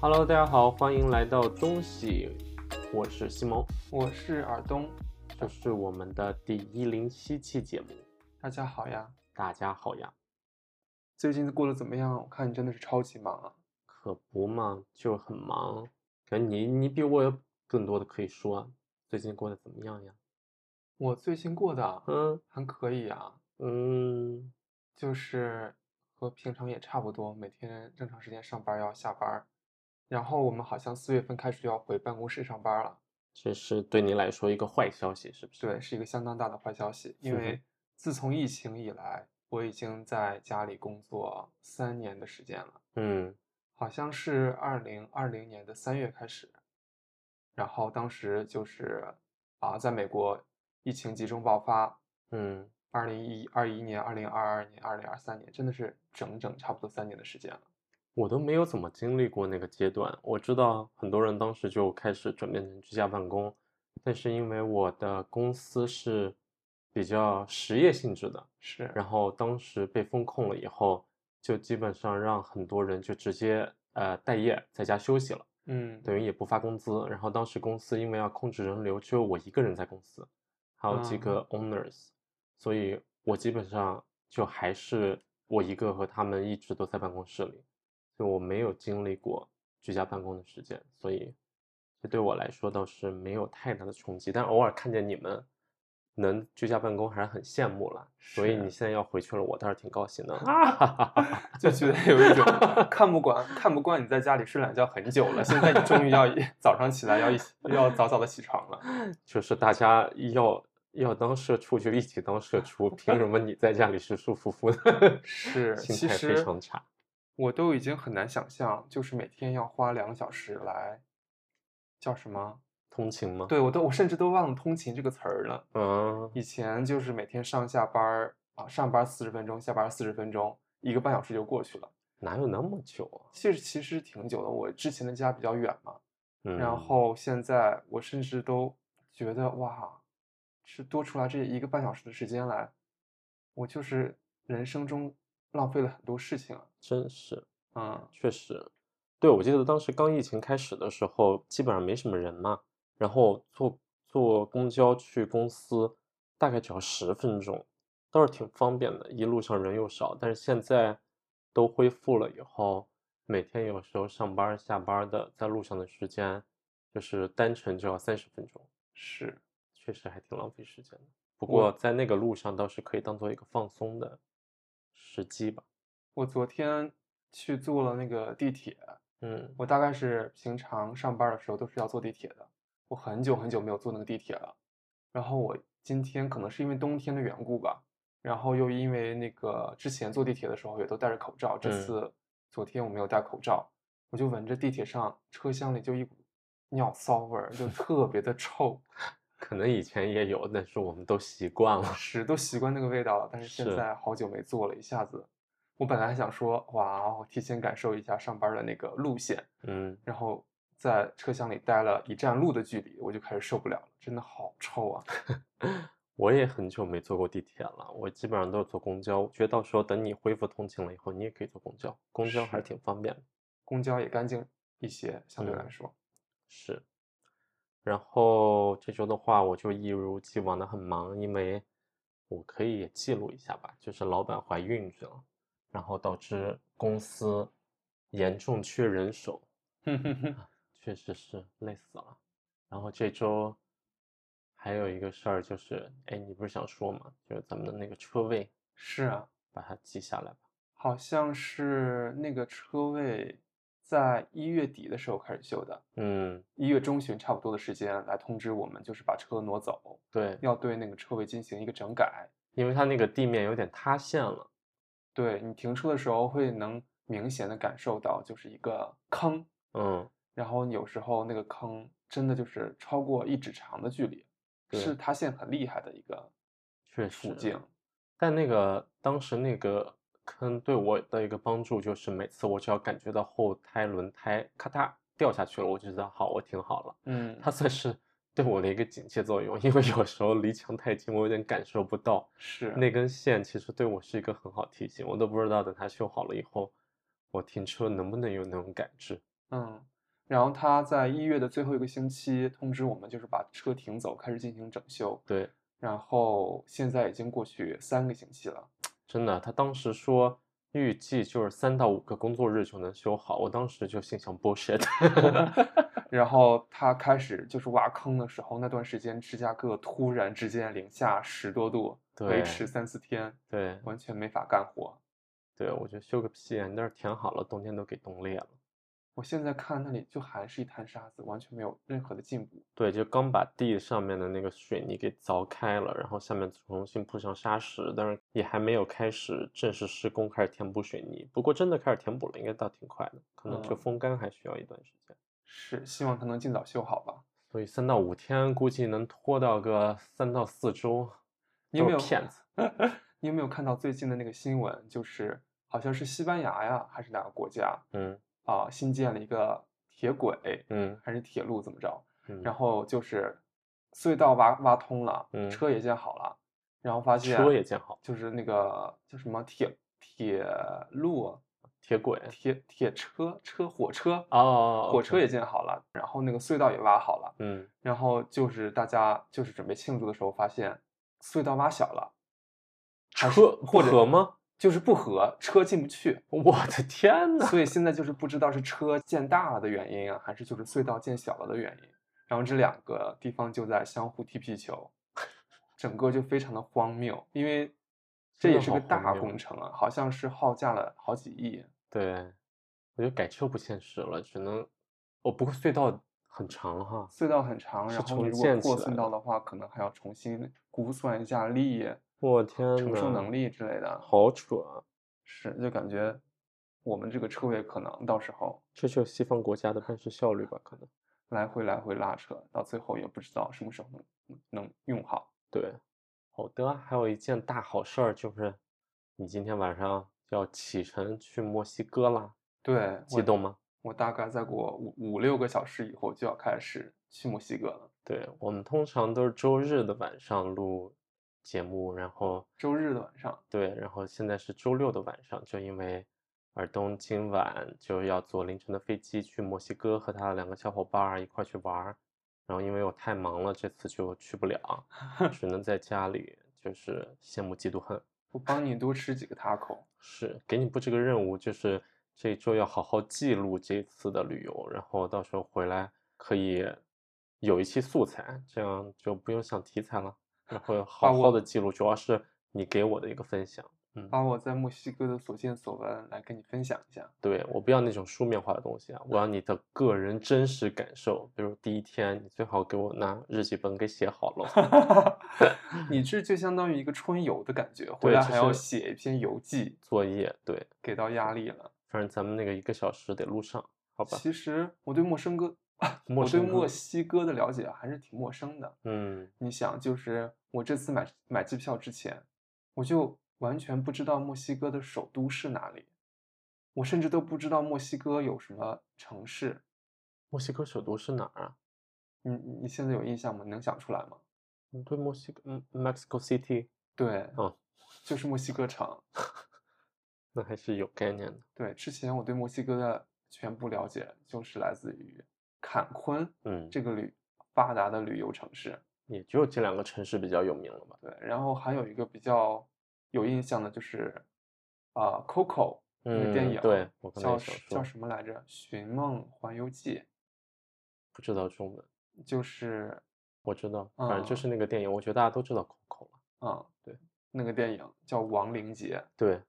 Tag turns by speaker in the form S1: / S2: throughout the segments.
S1: Hello，大家好，欢迎来到东西，我是西蒙，
S2: 我是尔东，
S1: 这是我们的第一零七期节目。
S2: 大家好呀。
S1: 大家好呀，
S2: 最近过得怎么样？我看你真的是超级忙啊。
S1: 可不嘛，就很忙。可你你比我有更多的可以说啊，最近过得怎么样呀？
S2: 我最近过得啊
S1: 嗯
S2: 还可以啊，
S1: 嗯，
S2: 就是和平常也差不多，每天正常时间上班要下班儿。然后我们好像四月份开始要回办公室上班了，
S1: 这是对你来说一个坏消息，是不是？
S2: 对，是一个相当大的坏消息。因
S1: 嗯哼
S2: 为自从疫情以来，我已经在家里工作三年的时间了。
S1: 嗯
S2: 好像是二零二零年的三月开始，然后当时就是啊，在美国疫情集中爆发，
S1: 嗯，
S2: 二零一二一年、二零二二年、二零二三年，真的是整整差不多三年的时间了。
S1: 我都没有怎么经历过那个阶段。我知道很多人当时就开始转变成居家办公，但是因为我的公司是比较实业性质的，
S2: 是，
S1: 然后当时被封控了以后，就基本上让很多人就直接呃待业，在家休息了，
S2: 嗯，
S1: 等于也不发工资。然后当时公司因为要控制人流，只有我一个人在公司，还有几
S2: 啊
S1: 个 owners，所以我基本上就还是我一个和他们一直都在办公室里，所以我没有经历过居家办公的时间，所以这对我来说倒是没有太大的冲击。但偶尔看见你们能居家办公，还是很羡慕啦。所以
S2: 是
S1: 你现在要回去了，我倒是挺高兴的。啊
S2: 就觉得有 一种看不惯、看不惯你在家里睡懒觉很久了，现在你终于要一早上起来要一起要早早的起床 了。
S1: 就是大家要要当社畜就一起当 社畜，凭什么你在家里舒舒服服的？
S2: 是，
S1: 心
S2: 其
S1: 态
S2: 实
S1: 非常差。
S2: 我都已经很难想象，就是每天要花两个小时来叫什么？
S1: 通勤吗？，
S2: 对我都我甚至都忘了“通勤”这个词儿了。
S1: 嗯，
S2: 以前就是每天上下班儿啊，上班四十分钟，下班四十分钟，一个半小时就过去了。
S1: 哪有那么久啊？
S2: 其实其实挺久的，我之前的家比较远嘛，
S1: 嗯，
S2: 然后现在我甚至都觉得哇，是多出来这一个半小时的时间来，我就是人生中浪费了很多事情啊。
S1: 真是
S2: 嗯，
S1: 确实，对，我记得当时刚疫情开始的时候，基本上没什么人嘛，然后坐坐公交去公司，大概只要十分钟，倒是挺方便的，一路上人又少。但是现在都恢复了以后，每天有时候上班儿下班儿的在路上的时间，就是单程就要三十分钟，
S2: 是
S1: 确实还挺浪费时间的。不
S2: 我
S1: 过在那个路上倒是可以当做一个放松的时机吧。
S2: 我昨天去坐了那个地铁，
S1: 嗯
S2: 我大概是平常上班儿的时候都是要坐地铁的，我很久很久没有坐那个地铁了。然后我今天可能是因为冬天的缘故吧，然后又因为那个之前坐地铁的时候也都戴着口罩，这
S1: 嗯
S2: 次昨天我没有戴口罩，我就闻着地铁上车厢里就一股尿骚味儿，就特别的臭，
S1: 可能以前也有，但是我们都习惯了。
S2: 是都习惯那个味道了。但是现
S1: 是
S2: 在好久没坐了，一下子，我本来还想说，哇，我提前感受一下上班儿的那个路线。
S1: 嗯，
S2: 然后在车厢里待了一站路的距离，我就开始受不了了，真的好臭啊！
S1: 我也很久没坐过地铁了，我基本上都是坐公交。我觉得到时候等你恢复通勤了以后，你也可以坐公交，公交还是
S2: 是
S1: 挺方便的。
S2: 公交也干净一些，相对来
S1: 嗯
S2: 说，
S1: 是。然后这周的话，我就一如既往的很忙，因为我可以也记录一下吧，就是老板怀孕去了，然后导致公司严重缺人手，
S2: 哼哼哼，
S1: 确实是累死了。然后这周还有一个事儿就是，哎，你不是想说嘛，就是咱们的那个车位，
S2: 是啊，
S1: 把它记下来吧。
S2: 好像是那个车位在一月底的时候开始修的，
S1: 嗯，
S2: 一月中旬差不多的时间来通知我们，就是把车挪走，
S1: 对，
S2: 要对那个车位进行一个整改。
S1: 因为它那个地面有点塌陷了。
S2: 对你停车的时候会能明显的感受到，就是一个坑，
S1: 嗯，
S2: 然后有时候那个坑真的就是超过一指长的距离，
S1: 对
S2: 是塌陷很厉害的一个
S1: 确
S2: 处
S1: 实。
S2: 境。
S1: 但那个当时那个坑对我的一个帮助就是，每次我只要感觉到后胎轮胎咔嗒掉下去了，我就知道好，我停好了。
S2: 嗯，
S1: 它算是对我的一个警戒作用，因为有时候离墙太近，我有点感受不到。
S2: 是
S1: 那根线其实对我是一个很好提醒，我都不知道等它修好了以后，我停车能不能有那种感知。
S2: 嗯，然后他在一月的最后一个星期通知我们，就是把车停走，开始进行整修。
S1: 对，
S2: 然后现在已经过去三个星期 了，
S1: 真的，他当时说预计就是三到五个工作日就能修好，我当时就心想 bullshit，
S2: 然后他开始就是挖坑的时候，那段时间芝加哥突然之间零下十多度，维
S1: 对
S2: 持三四天，
S1: 对
S2: 完全没法干活。
S1: 对，我觉得修个屁啊，你那儿填好了，冬天都给冻裂了。
S2: 我现在看那里就还是一滩沙子，完全没有任何的进步。
S1: 对，就刚把地上面的那个水泥给凿开了，然后下面重新铺上沙石，但是也还没有开始正式施工，开始填补水泥。不过真的开始填补了，应该倒挺快的，可能这个
S2: 嗯
S1: 风干还需要一段时间。
S2: 是，希望他能尽早修好吧。
S1: 所以三到五天估计能拖到个三到四周，
S2: 你
S1: 都
S2: 有
S1: 是
S2: 没有
S1: 骗子？
S2: 你有没有看到最近的那个新闻？就是好像是西班牙呀，还是哪个国家
S1: 嗯
S2: 啊、新建了一个铁轨
S1: 嗯
S2: 还是铁路怎么着？
S1: 嗯，
S2: 然后就是隧道挖挖通了，
S1: 嗯
S2: 车也建好了，然后发现
S1: 车也建好，
S2: 就是那个叫什么铁铁路、啊
S1: 铁轨
S2: 铁铁车、车火车，
S1: 哦，
S2: 火车
S1: OK
S2: 也建好了，然后那个隧道也挖好了。
S1: 嗯
S2: 然后就是大家就是准备庆祝的时候，发现隧道挖小了，还是
S1: 车
S2: 或
S1: 不
S2: 者
S1: 合吗？
S2: 就是不合，车进不去。
S1: 我的啊天呐！
S2: 所以现在就是不知道是车建大了的原因啊，还是就是隧道建小了的原因。然后这两个地方就在相互踢皮球，整个就非常的荒谬，因为这
S1: 真
S2: 也
S1: 的
S2: 是
S1: 好
S2: 个大
S1: 荒谬
S2: 工程啊，好像是耗价了好几亿。
S1: 对，我觉得改车不现实了，只能哦，不过隧道很长哈，
S2: 隧道很长，
S1: 是
S2: 然后
S1: 重
S2: 你如果
S1: 建
S2: 扩
S1: 起
S2: 隧
S1: 来
S2: 道的话，可能还要重新估算一下力、
S1: 我天
S2: 承受
S1: 呐
S2: 能力之类的。
S1: 好扯啊！
S2: 是，就感觉我们这个车位可能到时候
S1: 这就是西方国家的办事效率吧？可能
S2: 来回来回拉扯，到最后也不知道什么时候能能用好。
S1: 对。好的，还有一件大好事儿就是，你今天晚上要启程去墨西哥啦，
S2: 对，
S1: 激
S2: 我
S1: 动吗？
S2: 我大概再过五五六个小时以后就要开始去墨西哥了。
S1: 对，我们通常都是周日的晚上录节目，然后
S2: 周日的晚上，
S1: 对，然后现在是周六的晚上，就因为尔东今晚就要坐凌晨的飞机去墨西哥和他的两个小伙伴儿一块儿去玩儿，然后因为我太忙了，这次就去不了，只能在家里，就是羡慕嫉妒恨。
S2: 我帮你多吃几个 taco。
S1: 是，给你布置个任务，就是这一周要好好记录这次的旅游，然后到时候回来可以有一期素材，这样就不用想题材了，然后好好
S2: 我
S1: 的记录，主要是你给我的一个分享。嗯，
S2: 把我在墨西哥的所见所闻来跟你分享一下。
S1: 对，我不要那种书面化的东西啊，我要你的个人真实感受。比如第一天，你最好给我拿日记本给写好了。
S2: 你这就相当于一个春游的感觉，回
S1: 对
S2: 来
S1: 就
S2: 还要
S1: 是
S2: 写一篇游记，
S1: 作业，对，
S2: 给到压力了。
S1: 反正咱们那个一个小时得录上，好吧？
S2: 其实我对陌生哥，
S1: 陌
S2: 我对
S1: 生
S2: 墨
S1: 哥
S2: 西哥的了解还是挺陌生的。
S1: 嗯，
S2: 你想，就是我这次买买机票之前，我就完全不知道墨西哥的首都是哪里，我甚至都不知道墨西哥有什么城市。
S1: 墨西哥首都是哪儿啊？
S2: 你你现在有印象吗？你能想出来吗？
S1: 嗯，对，墨西哥，嗯，Mexico City，
S2: 对，
S1: 嗯，
S2: 就是墨西哥城。
S1: 那还是有概念的。
S2: 对，之前我对墨西哥的全部了解就是来自于坎昆
S1: 嗯，
S2: 这个旅发达的旅游城市。
S1: 也就这两个城市比较有名了吧？
S2: 对，然后还有一个比较有印象的就是，啊、c o c o 那个
S1: 嗯
S2: 电影，
S1: 对我刚才
S2: 叫
S1: 也想
S2: 什叫
S1: 说
S2: 什么来着，《寻梦环游记
S1: 不知道中文，》，
S2: 就是
S1: 我知道，反正就
S2: 啊
S1: 是那个电影，我觉得大家都知道 Coco 了。
S2: 啊、
S1: 对，
S2: 那个电影叫亡灵节，
S1: 对，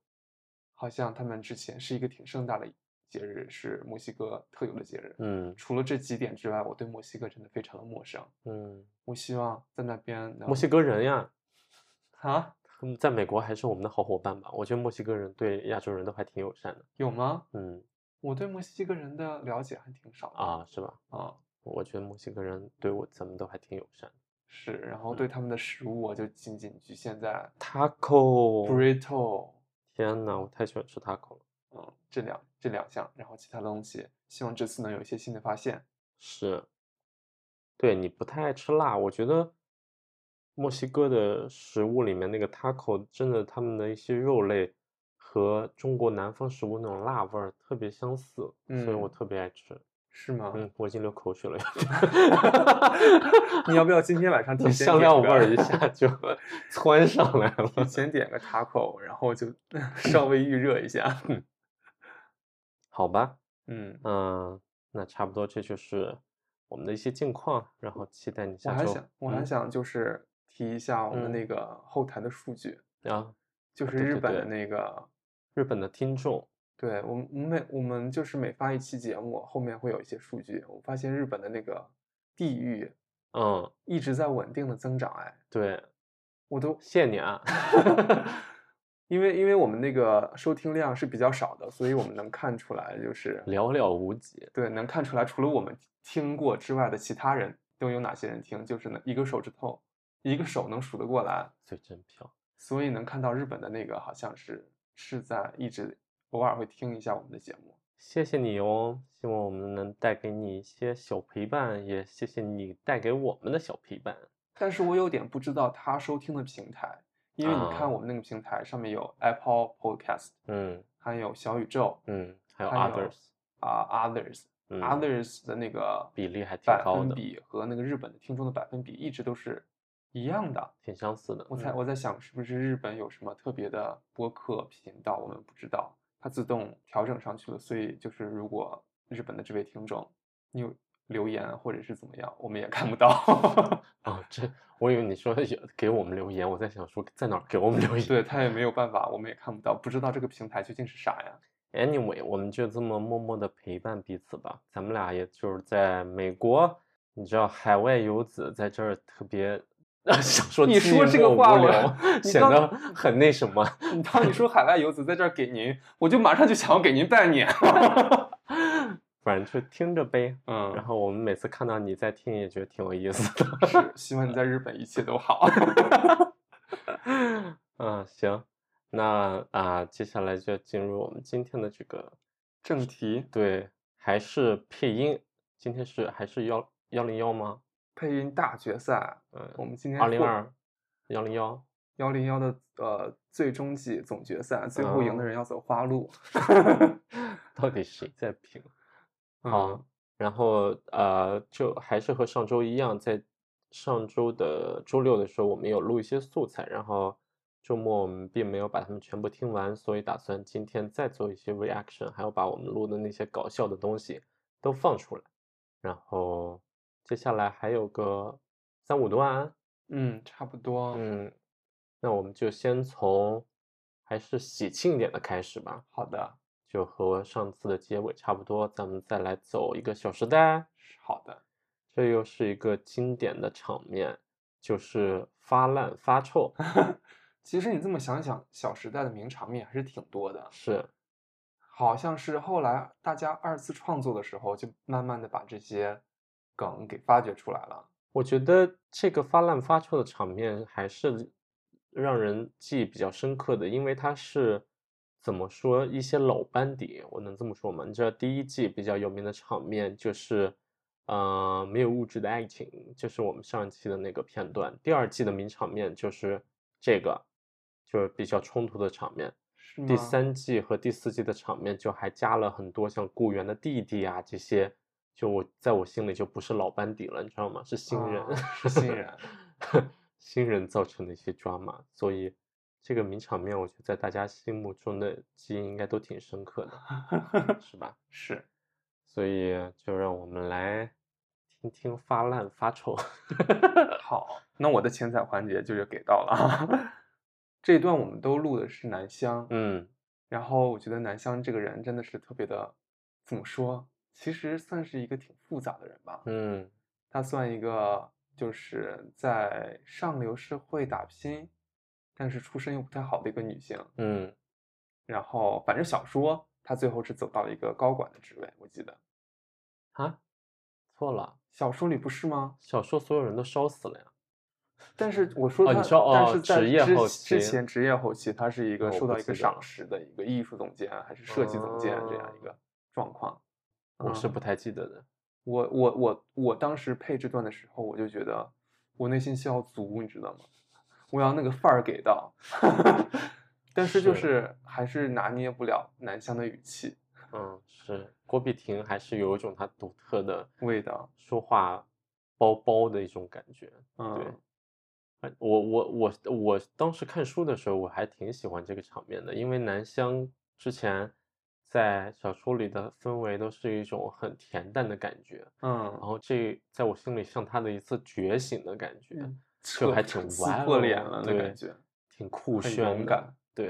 S2: 好像他们之前是一个挺盛大的节日，是墨西哥特有的节日。
S1: 嗯
S2: 除了这几点之外，我对墨西哥真的非常的陌生。
S1: 嗯，
S2: 我希望在那边能
S1: 墨西哥人呀，
S2: 啊
S1: 嗯，在美国还是我们的好伙伴吧。我觉得墨西哥人对亚洲人都还挺友善的。
S2: 有吗？
S1: 嗯
S2: 我对墨西哥人的了解还挺少的
S1: 啊，是吧？
S2: 啊，
S1: 我觉得墨西哥人对我咱们都还挺友善的。
S2: 是，然
S1: 嗯
S2: 后对他们的食物我就仅仅局限在
S1: Taco，
S2: burrito，
S1: 天呐，我太喜欢吃 taco 了。
S2: 嗯，这两这两项，然后其他的东西，希望这次能有一些新的发现。
S1: 是，对，你不太爱吃辣，我觉得墨西哥的食物里面那个 taco 真的，他们的一些肉类和中国南方食物那种辣味儿特别相似，所以我
S2: 嗯
S1: 特别爱吃。
S2: 是吗？
S1: 嗯，我已经流口水了，
S2: 你要不要今天 晚上提前
S1: 香
S2: 点
S1: 料
S2: 个
S1: 味儿一下就窜上来了。
S2: 提前点个塔口，然后就 稍微预热一下。
S1: 好吧，
S2: 嗯，
S1: 嗯、那差不多这就是我们的一些近况，然后期待你
S2: 我
S1: 下
S2: 还
S1: 周。
S2: 想，我还
S1: 嗯
S2: 想就是提一下我
S1: 嗯
S2: 们那个后台的数据，
S1: 啊，
S2: 就是
S1: 对
S2: 日
S1: 对
S2: 本的
S1: 对
S2: 那个，
S1: 日本的听众，
S2: 对我们我们每我们就是每发一期节目，后面会有一些数据。我发现日本的那个地域
S1: 嗯，
S2: 一直在稳定的增长，哎，
S1: 对，
S2: 我都
S1: 谢谢你啊，
S2: 因为因为我们那个收听量是比较少的，所以我们能看出来，就是
S1: 寥寥无几。
S2: 对，能看出来，除了我们听过之外的其他人都有哪些人听，就是能一个手指头，一个手能数得过来，
S1: 最真票，
S2: 所以能看到日本的那个好像是是在一直偶尔会听一下我们的节目。
S1: 谢谢你哦，希望我们能带给你一些小陪伴，也谢谢你带给我们的小陪伴。
S2: 但是我有点不知道他收听的平台，因为你
S1: 啊
S2: 看我们那个平台上面有 Apple Podcast，
S1: 嗯
S2: 还有小宇宙
S1: 嗯，还有
S2: 还有
S1: others，
S2: 啊、Others、
S1: 嗯
S2: Others 的那个
S1: 比例还挺
S2: 百
S1: 高
S2: 分
S1: 的
S2: 比和那个日本的听众的百分比一直都是一样的。
S1: 挺相似的。
S2: 我在
S1: 嗯
S2: 我在想，是不是日本有什么特别的播客频道，我们不知道，它自动调整上去了。所以就是，如果日本的这位听众，你有留言啊或者是怎么样，我们也看不到。
S1: 哦，这我以为你说有给我们留言，我在想说在哪儿给我们留 言。
S2: 对他也没有办法，我们也看不到，不知道这个平台究竟是啥呀？
S1: Anyway，我们就这么默默的陪伴彼此吧。咱们俩也就是在美国，你知道海外游子在这儿特别， 想说
S2: 你
S1: 寂
S2: 说这个
S1: 寞
S2: 话
S1: 无
S2: 我
S1: 聊
S2: 你
S1: 显
S2: 当
S1: 得很那什么。
S2: 你当你说海外游子在这儿给您，我就马上就想要给您拜年。
S1: 反正就听着呗。
S2: 嗯，
S1: 然后我们每次看到你在听，也觉得挺有意思的。
S2: 是希望你在日本一切都好。
S1: 嗯，行，那啊、接下来就进入我们今天的这个
S2: 正题，
S1: 对，还是配音。今天是还是幺幺零幺吗？
S2: 配音大决赛，我
S1: 嗯，
S2: 们今天
S1: 二零
S2: 获
S1: 二幺零幺。
S2: 幺零幺的呃最终季总决赛，最后赢的
S1: 哦
S2: 人要走花路。
S1: 到底谁在评？
S2: 嗯，
S1: 然后呃，就还是和上周一样，在上周的周六的时候，我们有录一些素材，然后周末我们并没有把它们全部听完，所以打算今天再做一些 reaction，还有把我们录的那些搞笑的东西都放出来。然后接下来还有个三五段，啊
S2: 嗯，差不多。
S1: 嗯，那我们就先从还是喜庆一点的开始吧。
S2: 好的，
S1: 就和上次的结尾差不多，咱们再来走一个《小时代》，
S2: 好的。
S1: 这又是一个经典的场面，就是发烂发臭，
S2: 其实你这么想想，《小时代》的名场面还是挺多的，
S1: 是，
S2: 好像是后来大家二次创作的时候，就慢慢的把这些梗给发掘出来了。
S1: 我觉得这个发烂发臭的场面还是让人记忆比较深刻的，因为它是怎么说一些老班底，我能这么说吗？你知道第一季比较有名的场面就是，呃，没有物质的爱情，就是我们上一期的那个片段。第二季的名场面就是这个，就是比较冲突的场面。
S2: 是吗？
S1: 第，三季和第四季的场面就还加了很多像雇员的弟弟啊这些，就我在我心里就不是老班底了，你知道吗？是新人，
S2: 啊是新人，
S1: 新人造成的一些抓马，所以这个名场面，我觉得在大家心目中的记忆应该都挺深刻的，嗯是吧？
S2: 是
S1: 所以就让我们来听听发烂发臭，
S2: 好。那我的前彩环节就是给到了 啊。这一段我们都录的是南湘，
S1: 嗯，
S2: 然后我觉得南湘这个人真的是特别的，怎么说？其实算是一个挺复杂的人吧。
S1: 嗯
S2: 他算一个就是在上流社会打拼，但是出身又不太好的一个女性。
S1: 嗯
S2: 然后反正小说她最后是走到了一个高管的职位，我记得
S1: 啊，错了，
S2: 小说里不是吗？
S1: 小说所有人都烧死了呀，
S2: 但是我说
S1: 哦
S2: 她，
S1: 你说
S2: 但
S1: 哦
S2: 是在
S1: 职业
S2: 之
S1: 后
S2: 之
S1: 期
S2: 前职业后期，她是一
S1: 哦
S2: 个
S1: 我
S2: 受
S1: 不
S2: 到一个
S1: 记得
S2: 赏
S1: 了哦
S2: 识的一个艺术总监还是设计总监这样一个状况。
S1: 我是
S2: 嗯
S1: 不太记得的，
S2: 我我我我当时配这段的时候，我就觉得我内心需要足，你知道吗？我要那个范儿给 到，但是就是是还是拿捏不了南湘的语气。
S1: 嗯，是郭碧婷还是有一种她独特的
S2: 味道，
S1: 说话包包的一种感觉。对
S2: 嗯，
S1: 呃我我我我当时看书的时候，我还挺喜欢这个场面的，因为南湘之前在小说里的氛围都是一种很恬淡的感觉，然
S2: 嗯，
S1: 后这在我心里像他的一次觉醒的感觉，
S2: 嗯
S1: 这还挺
S2: 撕
S1: 哇
S2: 破
S1: 哦
S2: 脸了的
S1: 对
S2: 感觉，
S1: 挺酷
S2: 很
S1: 炫的，
S2: 勇敢，
S1: 对。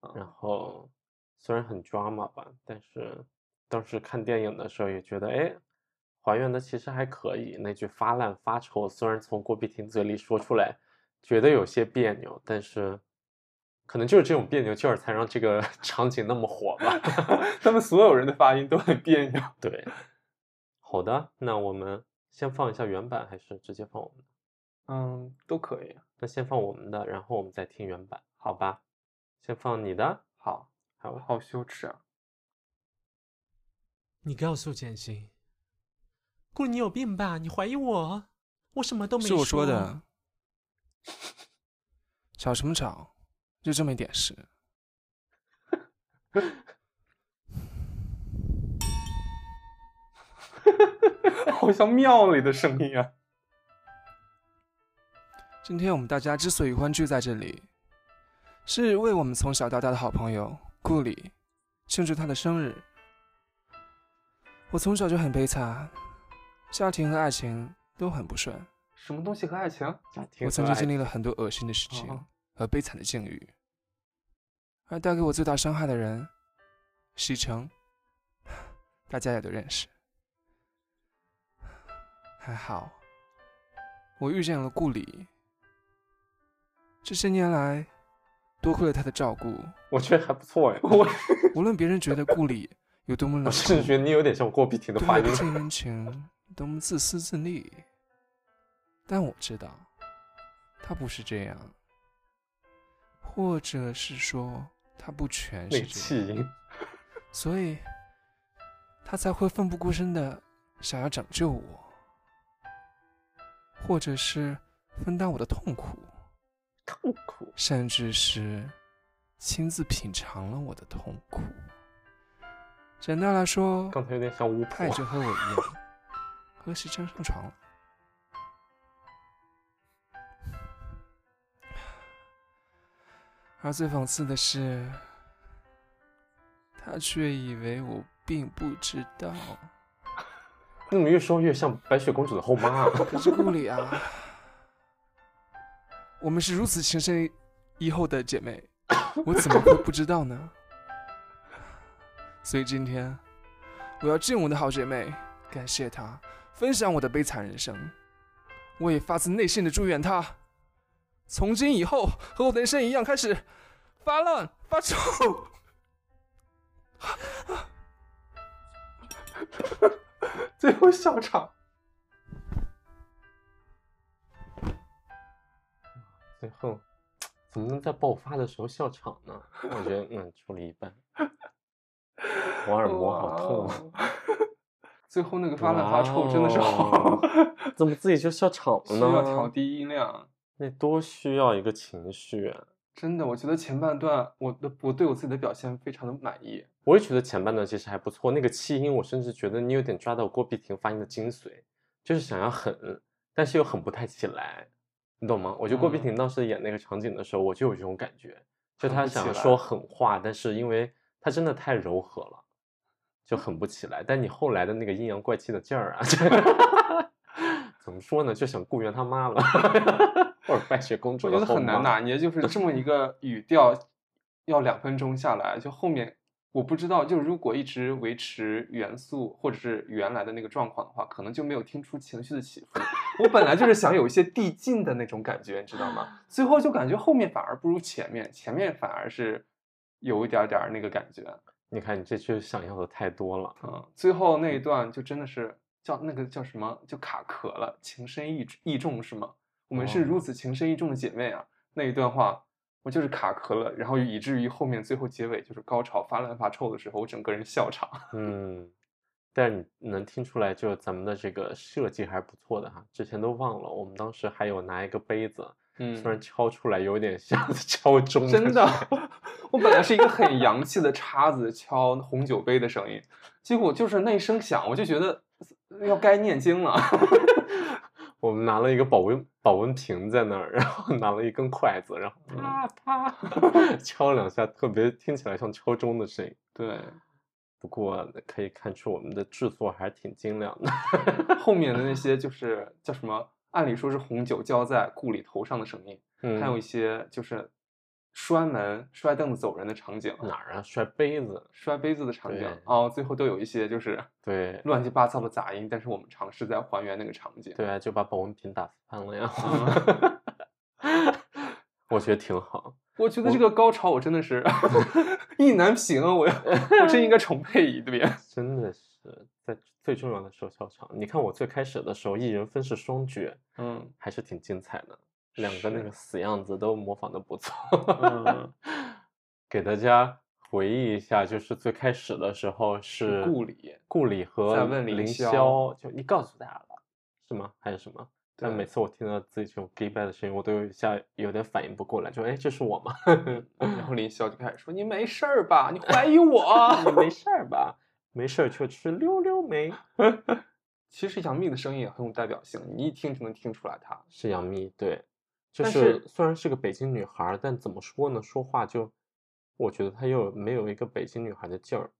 S1: 然
S2: 嗯
S1: 后虽然很 drama 吧，但是当时看电影的时候也觉得，哎，还原的其实还可以。那句发烂发臭，虽然从郭碧婷嘴里说出来，觉得有些别扭，但是可能就是这种别扭劲儿才让这个 场景那么火吧。
S2: 他们所有人的发音都很别扭。
S1: 对，好的，那我们先放一下原版，还是直接放我们的？
S2: 嗯，都可以。
S1: 那先放我们的，然后我们再听原版，好吧？先放你的，
S2: 好，
S1: 好。
S2: 好羞耻啊！
S3: 你告诉简心，顾里你有病吧？你怀疑我？我什么都没
S4: 是我说
S3: 啊
S4: 的。 吵什么吵？就这么一点事。
S2: 好像庙里的声 音啊。
S4: 今天我们大家之所以欢聚在这里，是为我们从小到大的好朋友顾里庆祝他的生日。我从小就很悲惨，家庭和爱情都很不顺。
S2: 什么东西和爱情？
S4: 我曾经经
S1: 历，
S4: 历了很多恶心的事情
S2: 哦
S4: 和悲惨的境遇，而带给我最大伤害的人，西城，大家也都认识。还好，我遇见了顾里。这些年来，多亏了他的照顾，
S1: 我觉得还不错哎。
S4: 无论别人觉得顾里有多么冷
S1: 我甚至
S4: 酷，
S1: 觉得你有点像郭碧婷的
S4: 多
S1: 发
S4: 么
S1: 音
S4: 不。近人情，多么自私自利。但我知道，他不是这样，或者是说他不全
S1: 那个
S4: 是这样，
S1: 气音，
S4: 所以他才会奋不顾身的想要拯救我，或者是分担我的痛苦，
S1: 痛苦。
S4: 甚至是亲自品尝了我的痛苦。简单来说，
S1: 刚才有点像巫
S4: 他也
S1: 婆。
S4: 就和我一样，和时针上床了。而最讽刺的是，他却以为我并不知道。
S1: 你怎么越说越像白雪公主的后妈啊？
S4: 可是顾里啊，我们是如此情深以后的姐妹，我怎么会不知道呢？所以今天，我要敬我的好姐妹，感谢她分享我的悲惨人生。我也发自内心的祝愿她，从今以后和我的人生一样，开始发烂发臭。
S2: 最后笑场。
S1: 最后哎怎么能在爆发的时候笑场呢？我觉得嗯，处理一般。我耳膜好痛啊！
S2: 哇哦！最后那个发烂发臭真的是
S1: 哇哦
S2: 好，
S1: 怎么自己就笑场
S2: 需要调
S1: 了呢？
S2: 低音量。
S1: 那多需要一个情绪啊！
S2: 真的，我觉得前半段我的我对我自己的表现非常的满意。
S1: 我也觉得前半段其实还不错，那个气音，我甚至觉得你有点抓到郭碧婷发音的精髓，就是想要狠，但是又狠不太起来，你懂吗？我觉得郭碧
S2: 嗯
S1: 婷当时演那个场景的时候，我就有这种感觉，就
S2: 狠
S1: 她
S2: 不起
S1: 想要
S2: 来
S1: 说狠话，但是因为她真的太柔和了，就狠不起来。但你后来的那个阴阳怪气的劲儿啊， 怎么说呢？就想雇员他妈了， 或者白雪公主
S2: 我
S1: 的
S2: 觉得
S1: 后
S2: 很难
S1: 妈
S2: 拿捏，就是这么一个语调，要两分钟下来，就后面我不知道，就如果一直维持元素或者是原来的那个状况的话，可能就没有听出情绪的起伏。我本来就是想有一些递进的那种感觉，你知道吗？最后就感觉后面反而不如前面，前面反而是有一点点儿那个感觉。
S1: 你看你这就想要的太多了。
S2: 嗯，最后那一段就真的是叫那个叫什么，就卡壳了，情深意意重是吗？我们是
S1: 哦
S2: 如此情深意重的姐妹啊！那一段话我就是卡壳了，然后以至于后面最后结尾就是高潮发烂发臭的时候，我整个人笑 场。
S1: 嗯，但是你能听出来，就是咱们的这个设计还是不错的哈。之前都忘了，我们当时还有拿一个杯子，
S2: 嗯
S1: 虽然敲出来有点像敲钟，
S2: 真的， 我本来是一个很洋气的叉子敲红酒杯的声音，结果就是那一声响，我就觉得呃要该念 经了。
S1: 我们拿了一个保温保温瓶在那儿，然后拿了一根筷子，然后啪啪 敲了两下，特别听起来像敲钟的声音。
S2: 对，
S1: 不过可以看出我们的制作还是挺精良的。
S2: 后面的那些就是叫什么？按理说是红酒浇在顾里头上的声音，
S1: 嗯
S2: 还有一些就是摔门、摔凳子走人的场景，
S1: 哪儿啊？摔杯子。
S2: 摔杯子的场景
S1: 对，
S2: 哦，最后都有一些就是
S1: 对
S2: 乱七八糟的杂音，但是我们尝试在还原那个场景。
S1: 对啊，就把保温瓶打翻了呀。
S2: 嗯
S1: 我觉得挺好。
S2: 我觉得这个高潮我真的是意难平啊！我我真应该重配一遍。
S1: 真的是在最重要的时候笑场。你看我最开始的时候，一人分饰双角，
S2: 嗯
S1: 还是挺精彩的。两个那
S2: 是
S1: 个死样子都模仿的不错。
S2: 嗯，
S1: 给大家回忆一下，就是最开始的时候是
S2: 顾里
S1: 顾里和
S2: 在问凌
S1: 凌
S2: 霄
S1: 霄，就你告诉大家了，是吗？还是什么？但
S2: 对
S1: 每次我听到自己这种 gay b a 的声音，我都有一下有点反应不过来，就哎，这是我吗？
S2: 然后林霄就开始说：“你没事儿吧？你怀疑我？
S1: 你没事儿吧？ 没事儿就吃溜溜梅。
S2: 其实杨幂的声音也很有代表性，你一听就能听出来她。
S1: 是杨幂，对，就
S2: 但
S1: 是
S2: 是
S1: 虽然是个北京女孩儿，但怎么说呢？说话就，我觉得她又没有一个北京女孩的劲儿。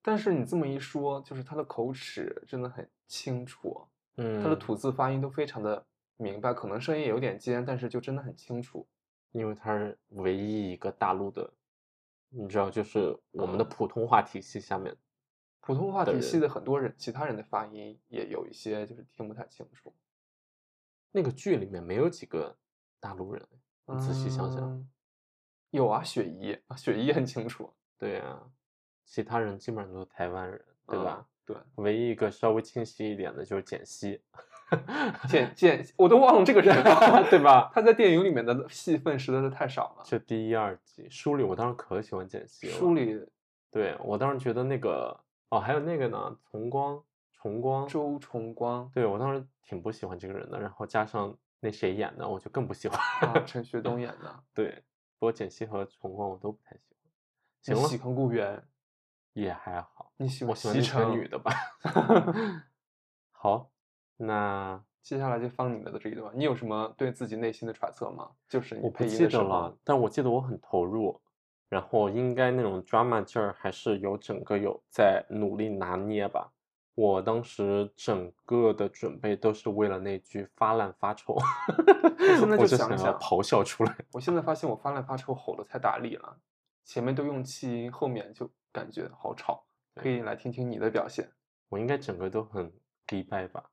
S2: 但是你这么一说，就是她的口齿真的很清楚，
S1: 嗯，
S2: 她的吐字发音都非常的明白，可能声音也有点尖，但是就真的很清楚。
S1: 因为它是唯一一个大陆的，你知道，就是我们的
S2: 嗯
S1: 普通话体系下面，
S2: 普通话体
S1: 对
S2: 系的很多人，其他人的发音也有一些就是听不太清楚。
S1: 那个剧里面没有几个大陆人。你仔细想想
S2: 嗯，有啊，雪姨，啊雪姨很清楚，
S1: 对啊，其他人基本上都是台湾人，对
S2: 嗯
S1: 吧？？
S2: 对，
S1: 唯一一个稍微清晰一点的就是简溪，
S2: 简简，我都忘了这个人了
S1: ，对吧？
S2: 他在电影里面的戏份实在是太少了。
S1: 就第一、二集书里，我当时可喜欢简溪了。
S2: 书里
S1: 对我当时觉得那个哦，还有那个呢，崇光，崇光，
S2: 周崇光
S1: 对我当时挺不喜欢这个人的，然后加上那谁演的，我就更不喜欢。
S2: 啊，陈学冬演的。
S1: 对，不过简溪和崇光我都不太喜欢。行
S2: 你
S1: 了，
S2: 喜欢顾源，
S1: 也还 好，
S2: 你喜
S1: 我
S2: 欢
S1: 喜欢
S2: 西
S1: 那个
S2: 城
S1: 女 的吧。好，那
S2: 接下来就放你的这一段，你有什么对自己内心的揣测吗？就是你
S1: 我不
S2: 配音
S1: 记
S2: 的时
S1: 得
S2: 候
S1: 了，，但我记得我很投入，然后应该那种 drama 劲儿还是有整个有在努力拿捏吧。我当时整个的准备都是为了那句发烂发臭，
S2: 现在
S1: 我
S2: 就
S1: 就
S2: 想
S1: 要
S2: 想
S1: 咆哮出来。
S2: 我现在发现我翻来发臭吼的太大力了，前面都用气音，后面就感觉好吵。可以来听听你的表现。
S1: 我应该整个都很 gay 拜吧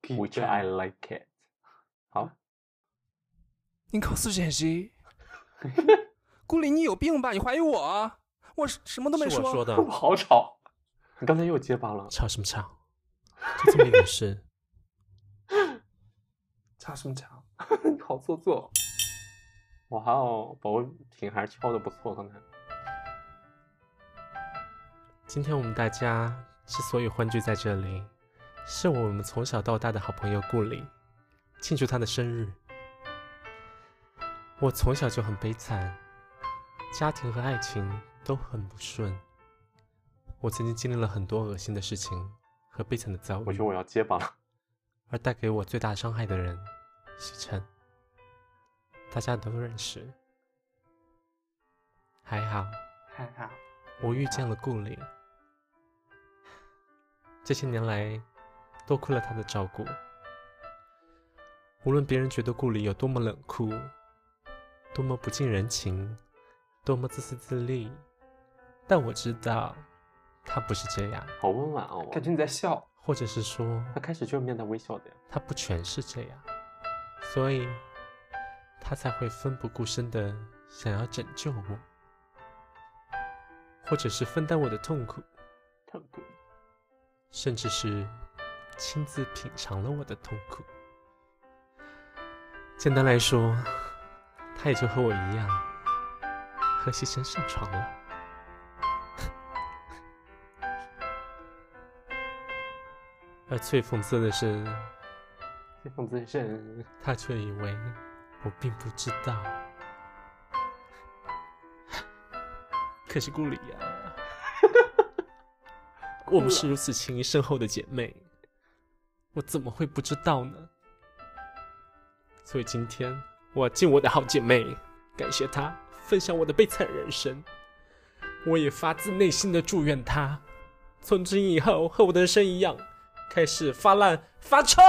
S2: Gay
S1: ，which I like it。好，
S4: 你告诉简 溪，顾里，你有病吧？你怀疑我啊？我什什么都没
S3: 是我说的，
S2: 好吵，
S1: 你刚才又结巴了，
S3: 吵什么吵？就这么一回事。
S2: 吵什么吵？你好做作。
S1: 哇哦，保温瓶还是敲的不错，刚才。
S3: 今天我们大家之所以欢聚在这里，是我们从小到大的好朋友顾里庆祝他的生日。我从小就很悲惨，家庭和爱情都很不顺。我曾经经历了很多恶心的事情和悲惨的遭遇。
S1: 我觉得我要结巴了。
S3: 而带给我最大伤害的人，西城，大家都认识。还好，
S2: 还好，
S3: 我遇见了顾里，这些年来，多亏了他的照顾。无论别人觉得顾里有多么冷酷，多么不近人情，多么自私自利，但我知道，他不是这样，
S1: 好温婉哦，
S2: 感觉你在笑。
S3: 或者是说，
S1: 他开始就是面带微笑的呀。
S3: 他不全是这样，所以他才会奋不顾身的想要拯救我，或者是分担我的痛苦，
S1: 特别
S3: 甚至是亲自品尝了我的痛苦。简单来说，他也就和我一样，和西生上床了。 而最讽刺的是，
S1: 这种姿 势，
S3: 他却以为我并不知道。 啊可是顾里呀、 我们是如此情谊深厚的姐妹，我怎么会不知道呢？所以今天我要敬我的好姐妹，感谢她分享我的悲惨人生。我也发自内心的祝愿她，从今以后和我的人生一样，开始发烂发臭。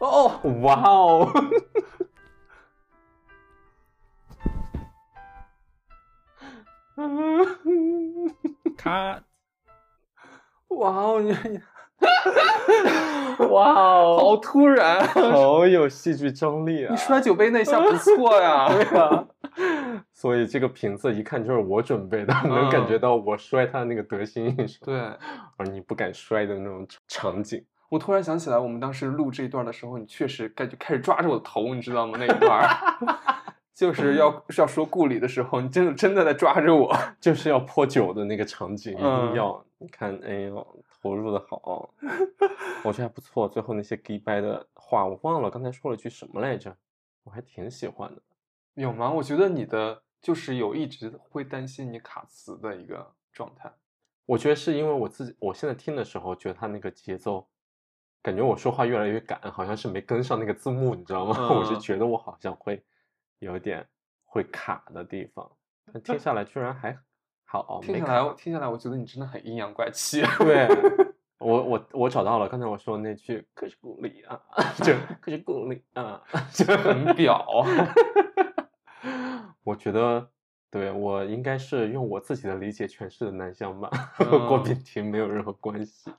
S2: 哦，哇哦！
S3: 咔，
S2: 哇哦，你你
S1: 哇
S2: 好
S1: 哦，
S2: 突然，
S1: 好有戏剧张力 啊！
S2: 你摔酒杯那下不错呀。
S1: 对啊， 所以这个瓶子一看就是我准备的， 能感觉到我摔它的那个得心应手，
S2: 嗯对，
S1: 而你不敢摔的那种场景。
S2: 我突然想起来，我们当时录这一段的时候，你确实开就开始抓着我的头，你知道吗？那一段儿 就是要是要说顾里的时候，你真的真的在抓着我。
S1: 就是要泼酒的那个场景，一
S2: 嗯
S1: 定要你看，哎呦，投入的 好，我觉得还不错。最后那些 gay 掰的话，我忘了刚才说了一句什么来着，我还挺喜欢的。
S2: 有吗？我觉得你的就是有一直会担心你卡词的一个状态。
S1: 我觉得是因为我自己，我现在听的时候，觉得他那个节奏，感觉我说话越来越赶，好像是没跟上那个字幕，你知道吗？ 我是
S2: 嗯
S1: 觉得我好像会有一点会卡的地方，但听下来居然还好，
S2: 听
S1: 没
S2: 下
S1: 卡
S2: 来，我听下来，我觉得你真的很阴阳怪气。
S1: 对，我我我找到了，刚才我说的那句“可是故里啊”， 就“可是故里啊”， 就
S2: 很表。
S1: 我觉得，对我应该是用我自己的理解诠释的南湘吧， 和郭
S2: 嗯
S1: 碧婷没有任何关 系。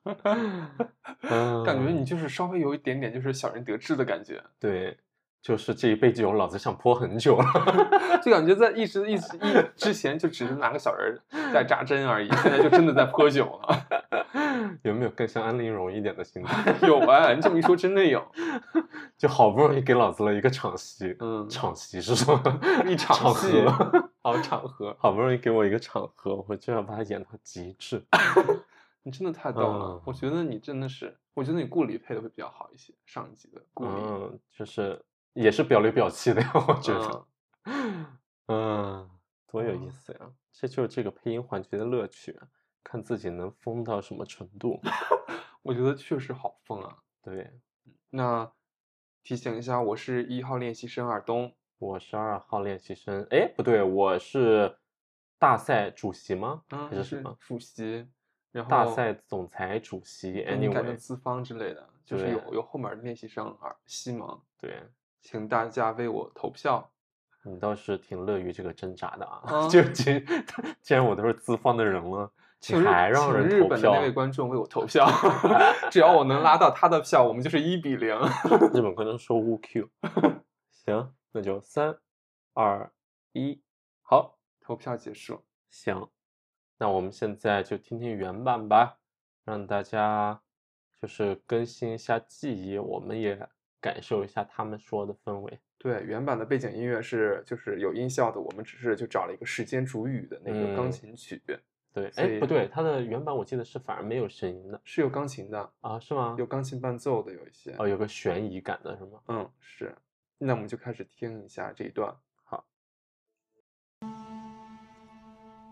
S1: 嗯，
S2: 感觉你就是稍微有一点点就是小人得志的感觉，
S1: 对，就是这一杯酒，老子想泼很久了。
S2: 就感觉在一直一直一之前就只是拿个小人儿在扎针而已，现在就真的在泼酒了。
S1: 有没有更像安陵容一点的心态？
S2: 有啊，你这么一说，真的有。
S1: 就好不容易给老子了一个场戏，
S2: 嗯
S1: 场戏是什么？
S2: 一场
S1: 场
S2: 戏
S1: 合，
S2: 好场合，
S1: 好不容易给我一个场合，我就要把它演到极致。
S2: 你真的太逗了。
S1: 嗯
S2: 我觉得你真的是，我觉得你顾里配的会比较好一些，上一集的顾里。
S1: 嗯，就是也是表里表气的呀，我觉得。嗯，多有意
S2: 嗯
S1: 思呀！这就是这个配音环节的乐趣啊，看自己能疯到什么程度。
S2: 我觉得确实好疯啊。
S1: 对，
S2: 那提醒一下，我是一号练习生尔东，
S1: 我是二号练习生，哎，不对，我是大赛主席吗？
S2: 嗯，
S1: 还
S2: 你
S1: 是什么？
S2: 主席，然后
S1: 大赛总裁、主席
S2: 嗯你改成
S1: ，anyway，
S2: 资方之类的，就是
S1: 对
S2: 有有后面的练习生尔西蒙，
S1: 对。
S2: 请大家为我投票。
S1: 你倒是挺乐于这个挣扎的啊！
S2: 啊
S1: 就既既然我都是资方的人了，你
S2: 请日
S1: 还让
S2: 请
S1: 人
S2: 日
S1: 投
S2: 本的那
S1: 票？
S2: 位观众为 我投票，只要我能拉到他的票，我们就是一比零。
S1: 日本观众说乌 Q，行，那就三二一，好，
S2: 投票结束，
S1: 行，那我们现在就听听原版吧，让大家就是更新一下记忆，我们也感受一下他们说的氛围。
S2: 对，原版的背景音乐是就是有音效的，我们只是就找了一个时间主语的那个
S1: 嗯
S2: 钢琴曲，
S1: 对，
S2: 所
S1: 哎，
S2: 以
S1: 不对，它的原版我记得是反而没有声音的
S2: 是有钢琴的，
S1: 啊，是吗？
S2: 有钢琴伴奏的有一些。
S1: 哦，有个悬疑感的是吗？
S2: 嗯，是。那我们就开始听一下这一 段。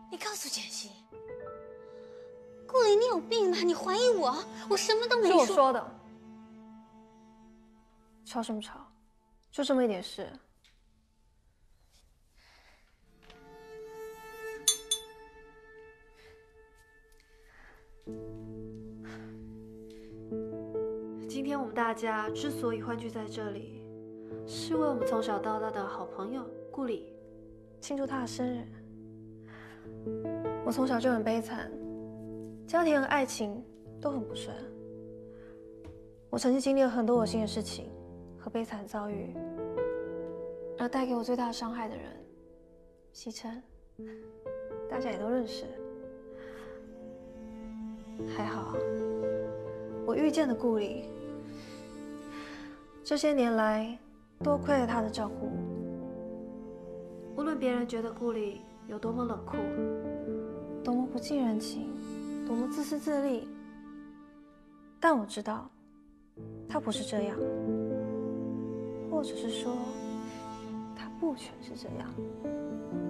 S5: 你告诉简溪，顾里，你有病吧？你怀疑我？我什么都没
S6: 是我
S5: 说。
S6: 说的，吵什么吵？就这么一点事，今天我们大家之所以欢聚在这里，是为我们从小到大的好朋友顾里庆祝他的生日。我从小就很悲惨，家庭和爱情都很不顺。我曾经经历了很多恶心的事情和悲惨遭遇，而带给我最大伤害的人，西琛，大家也都认识。还好，我遇见的顾里，这些年来多亏了他的照顾。无论别人觉得顾里有多么冷酷，多么不近人情，多么自私自利，但我知道，他不是这样，或者是说，不全是这样，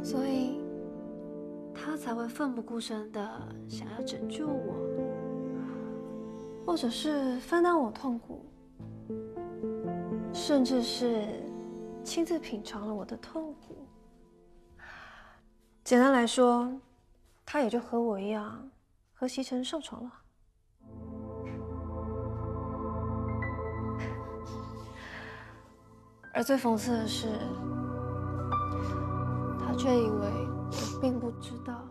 S6: 所以他才会奋不顾身的想要拯救我，或者是分担我痛苦，甚至是亲自品尝了我的痛苦。简单来说，他也就和我一样，和席晨上床了。而最讽刺的是，他却以为我并不知道。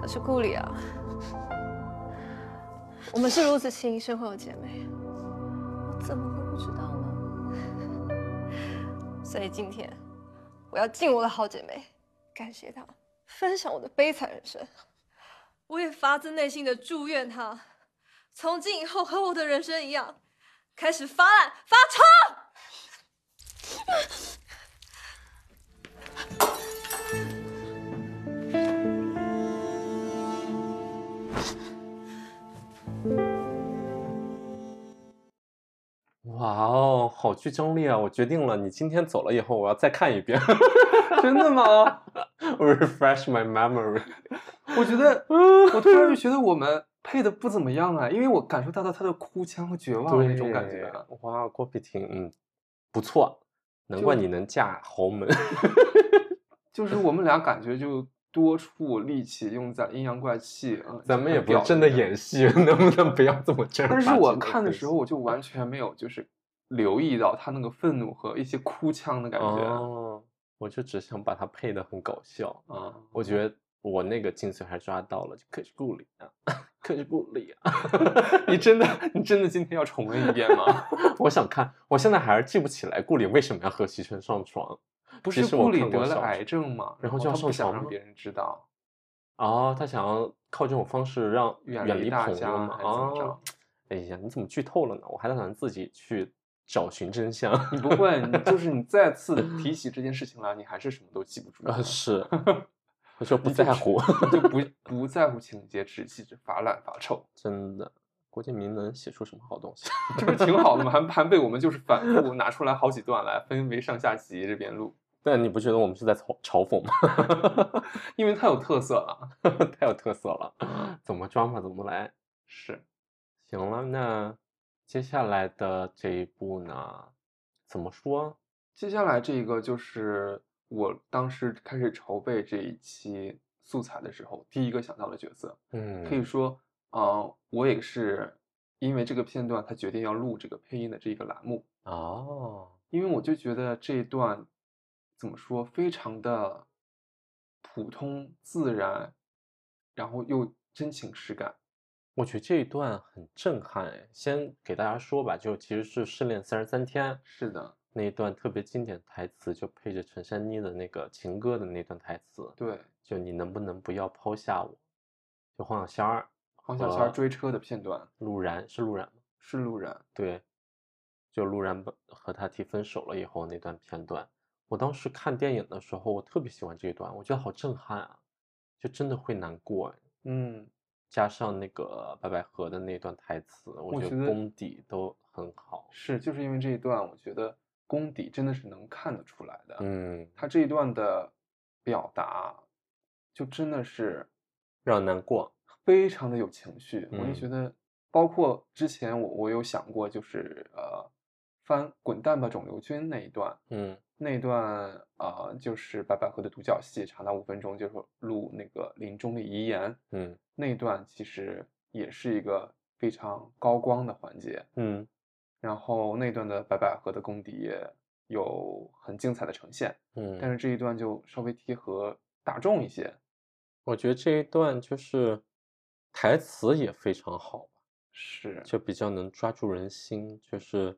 S6: 可是顾里啊，我们是如此情谊深厚的姐妹，我怎么会不知道呢？ 所以今天，我要敬我的好姐妹，感谢她分享我的悲惨人生。我也发自内心的祝愿她，从今以后和我的人生一样，开始发烂发臭。
S1: 哇哦，好剧张力啊！我决定了，你今天走了以后，我要再看一遍。
S2: 真的吗？
S1: 我 refresh my memory。
S2: 我觉得，
S1: 嗯
S2: 我突然就觉得我们配的不怎么样啊，因为我感受到了他的哭腔和绝望的那种感觉。啊
S1: 对。哇，郭碧婷，嗯，不错，难怪你能嫁豪门。
S2: 就是我们俩感觉就多处力气用在阴阳怪气，嗯
S1: 咱们也
S2: 很
S1: 不
S2: 表
S1: 是真的
S2: 面
S1: 演戏，能不能不要这么正儿八经
S2: 但
S1: 地分
S2: 是
S1: 析？
S2: 我看的时候，我就完全没有就是留意到他那个愤怒和一些哭腔的感觉。
S1: 哦，我就只想把它配的很搞笑。
S2: 啊，
S1: 我觉得我那个精髓还抓到了，就可是顾里啊，可是顾里 啊。
S2: 你真的，你真的今天要重温一遍嗯吗？
S1: 我想看，我现在还是记不起来顾里为什么要和席晨上床。
S2: 不
S1: 其
S2: 是
S1: 实我
S2: 顾里
S1: 看
S2: 得
S1: 过
S2: 了
S1: 小
S2: 癌
S1: 说
S2: 症嘛，
S1: 然后
S2: 后
S1: 就要
S2: 他
S1: 上
S2: 不想
S1: 床
S2: 让
S1: 吗
S2: 别人知道，
S1: 哦，他想要靠这种方式让
S2: 远
S1: 远
S2: 离
S1: 离
S2: 大
S1: 朋友
S2: 家
S1: 嘛？
S2: 还是怎么
S1: 哦
S2: 着，
S1: 哎呀，你怎么剧透了呢？我还打算自己去找寻真相。
S2: 你不会，你就是你再次提起这件事情来，你还是什么都记不 住
S1: 啊，
S2: 的，
S1: 是， 我说不
S2: 你就
S1: 在
S2: 只
S1: 乎，
S2: 你就不不在乎情节，只记着发烂发臭，
S1: 真的。郭敬明能写出什么好东西？
S2: 这不是挺好的吗？还还被我们就是反复拿出来好几段来分为上下集这边录，
S1: 但你不觉得我们是在嘲嘲讽吗？
S2: 因为太有特色了。
S1: 太有特色了，怎么抓嘛怎么来。
S2: 是，
S1: 行了，那接下来的这一步呢，怎么说？
S2: 接下来这个就是我当时开始筹备这一期素材的时候，第一个想到的角色。
S1: 嗯，
S2: 可以说，啊、我也是因为这个片段，才决定要录这个配音的这个栏目，
S1: 哦，
S2: 因为我就觉得这一段怎么说，非常的普通自然，然后又真情实感。
S1: 我觉得这一段很震撼哎。先给大家说吧，就其实是《失恋三十三天》
S2: 是的，
S1: 那一段特别经典台词，就配着陈珊妮的那个情歌的那段台词，
S2: 对，
S1: 就你能不能不要抛下我？就黄小仙儿、
S2: 黄小仙儿
S1: 呃
S2: 追车的片段
S1: 陆然是陆然吗？
S2: 是路人，
S1: 对，就陆然本和他提分手了以后那段片段，我当时看电影的时候，我特别喜欢这一段，我觉得好震撼啊，就真的会难过哎。
S2: 嗯，
S1: 加上那个白百合的那段台词，我
S2: 我
S1: 觉
S2: 觉
S1: 得
S2: 得
S1: 功底都很好。
S2: 是，就是因为这一段，我觉得功底真的是能看得出来的。
S1: 嗯，
S2: 他这一段的表达，就真的是
S1: 让人难过。
S2: 非常的有情绪。我就
S1: 嗯
S2: 觉得，包括之前我我有想过，就是呃，翻《滚蛋吧肿瘤君》那一段，
S1: 嗯
S2: 那一段呃，就是白百合的独角戏，长达五分钟，就是录那个临终的遗言
S1: 嗯
S2: 那一段，其实也是一个非常高光的环节。
S1: 嗯
S2: 然后那段的白百合的功底也有很精彩的呈现。
S1: 嗯，
S2: 但是这一段就稍微贴合大众一些。
S1: 我觉得这一段就是台词也非常好，
S2: 是
S1: 就比较能抓住人心。就是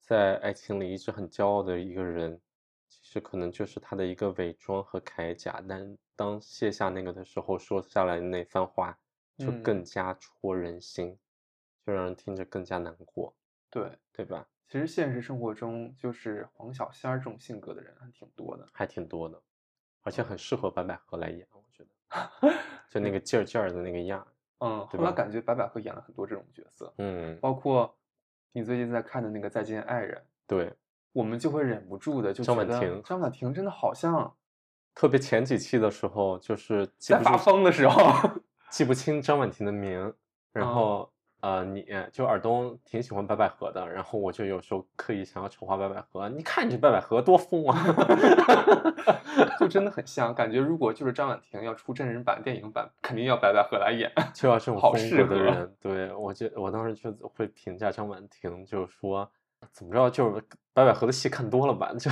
S1: 在爱情里一直很骄傲的一个人，其实可能就是他的一个伪装和铠甲，但当卸下那个的时候，说下来的那番话就
S2: 嗯
S1: 更加戳人心，就让人听着更加难过，
S2: 对，
S1: 对吧？
S2: 其实现实生活中就是黄小仙儿这种性格的人还挺多的。
S1: 还挺多的，而且很适合白百合来演，我觉 得，就那个劲儿劲儿的那个样儿。
S2: 嗯，
S1: 对
S2: 后来
S1: 吧
S2: 感觉白百合演了很多这种角色，
S1: 嗯，
S2: 包括你最近在看的那个《再见爱人》，
S1: 对，
S2: 我们就会忍不住的就觉
S1: 张婉
S2: 得
S1: 婷
S2: 张婉婷真的好像
S1: 特别前几期的时候，就是记
S2: 在
S1: 不
S2: 发
S1: 住
S2: 疯的 时候，
S1: 记不清张婉婷的名，然
S2: 哦
S1: 后、呃，你就尔东挺喜欢白百合的，然后我就有时候刻意想要丑化白百合，你看你这白百合多疯 啊！
S2: 就真的很像。感觉如果就是张婉婷要出真人版、电影版，肯定要白百合来演。
S1: 就要这种
S2: 好
S1: 风
S2: 适
S1: 格的
S2: 合
S1: 人，对我就我当时就会评价张婉婷，就是说怎么着就是白百合的戏看多了吧，就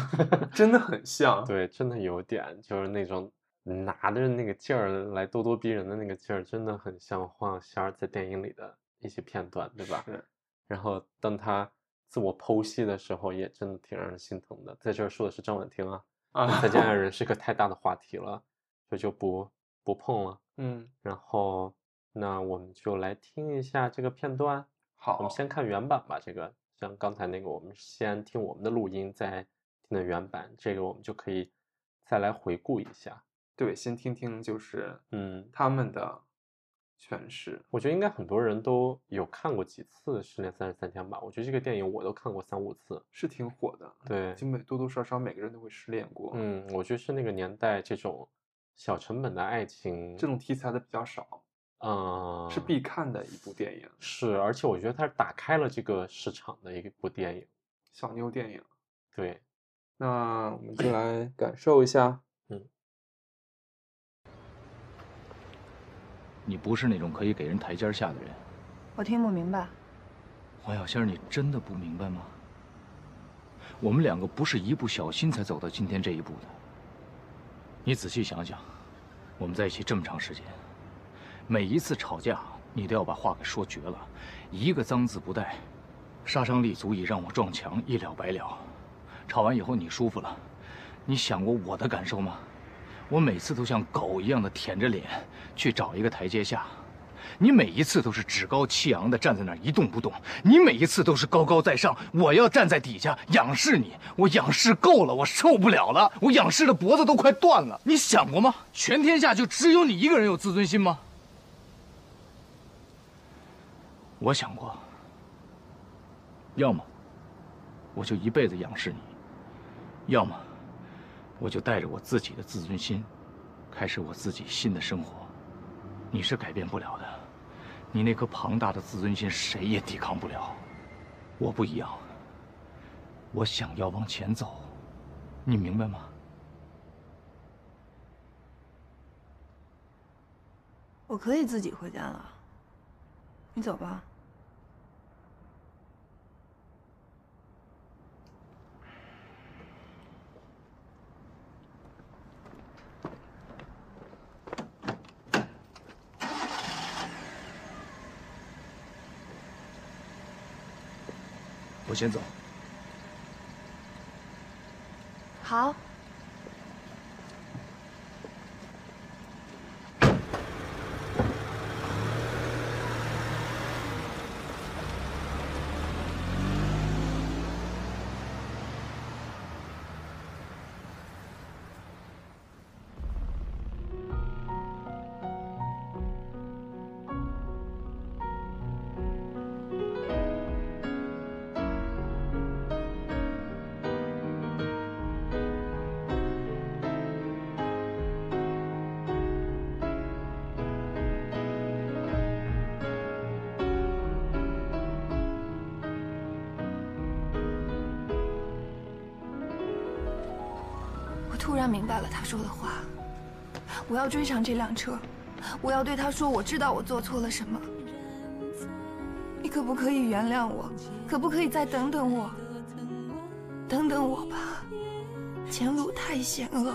S2: 真的很像。
S1: 对，真的有点就是那种拿着那个劲儿来咄咄逼人的那个劲儿，真的很像黄小仙儿在电影里的一些片段，对吧？
S2: 是
S1: 然后当他自我剖析的时候，也真的挺让人心疼的。在这儿说的是张婉婷 啊，
S2: 啊，
S1: 再见爱人是个太大的话题了，这就不不碰了。
S2: 嗯，
S1: 然后，那我们就来听一下这个片段。
S2: 好，
S1: 我们先看原版吧。这个像刚才那个，我们先听我们的录音，再听的原版。这个我们就可以再来回顾一下。
S2: 对，先听听就是
S1: 嗯，
S2: 他们的诠释。
S1: 我觉得应该很多人都有看过几次《失恋三十三天》吧。我觉得这个电影我都看过三五次。
S2: 是挺火的，
S1: 对，
S2: 嗯就每多多少少每个人都会失恋过。，
S1: 嗯，我觉得是那个年代这种小成本的爱情，
S2: 这种题材的比较少，
S1: 嗯
S2: 是必看的一部电影，
S1: 是，而且我觉得它是打开了这个市场的一部电影。
S2: 小妞电影。
S1: 对，
S2: 那我们就来感受一下。
S7: 你不是那种可以给人台阶下的人。
S6: 我听不明白，
S7: 黄小仙儿，你真的不明白吗？我们两个不是一不小心才走到今天这一步的。你仔细想想，我们在一起这么长时间，每一次吵架，你都要把话给说绝了，一个脏字不带，杀伤力足以让我撞墙，一了百了。吵完以后你舒服了，你想过我的感受吗？我每次都像狗一样的舔着脸去找一个台阶下，你每一次都是趾高气扬的站在那儿一动不动，你每一次都是高高在上，我要站在底下仰视你，我仰视够了，我受不了了，我仰视的脖子都快断了。你想过吗？全天下就只有你一个人有自尊心吗？我想过，要么我就一辈子仰视你，要么我就带着我自己的自尊心，开始我自己新的生活。你是改变不了的，你那颗庞大的自尊心谁也抵抗不了。我不一样，我想要往前走，你明白吗？
S6: 我可以自己回家了。你走吧。
S7: 我先走。
S6: 好。我突然明白了他说的话。我要追上这辆车，我要对他说，我知道我做错了什么。你可不可以原谅我？可不可以再等等我？等等我吧，前路太险恶，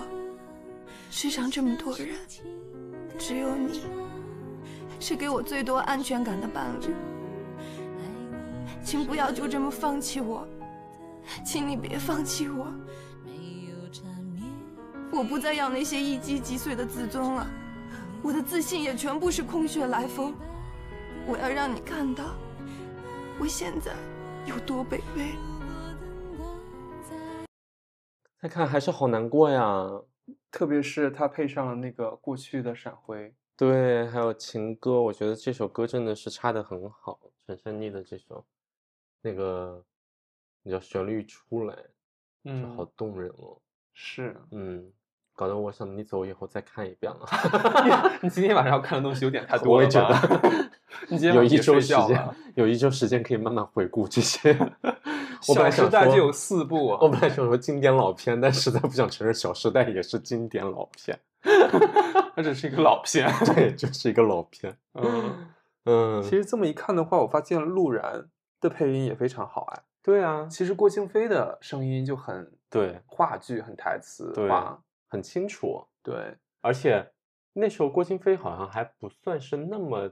S6: 世上这么多人，只有你是给我最多安全感的伴侣。请不要就这么放弃我，请你别放弃我。我不再要那些一击即碎的自尊了，我的自信也全部是空穴来风。我要让你看到，我现在有多卑微。
S1: 再看还是好难过呀。
S2: 特别是他配上了那个过去的闪回，
S1: 对，还有情歌，我觉得这首歌真的是插的很好，陈珊妮的这首，那个，你知道旋律一出来，就
S2: 嗯，
S1: 好动人哦。
S2: 是。
S1: 嗯，搞得我想你走以后再看一遍了。
S2: 你今天晚上要看的东西有点太
S1: 我
S2: 多了
S1: 也觉
S2: 吧 你今天
S1: 有
S2: 晚上
S1: 一
S2: 别
S1: 周
S2: 睡
S1: 时
S2: 觉
S1: 间
S2: 了。，
S1: 有一周时间可以慢慢回顾这 些。 我本
S2: 小
S1: 来
S2: 时
S1: 想
S2: 代》
S1: 说哦
S2: 就有四部、啊
S1: 我本来想说经典老片，但实在不想承认《小时代》也是经典老片，
S2: 它只是一个老片。
S1: 对，就是一个老片。
S2: 嗯，
S1: 嗯，
S2: 其实这么一看的话，我发现陆然的配音也非常好哎。
S1: 对啊，
S2: 其实郭京飞的声音就很
S1: 对，
S2: 话剧，很台词
S1: 对
S2: 化。
S1: 很清楚。
S2: 对，
S1: 而且那时候郭京飞好像还不算是那么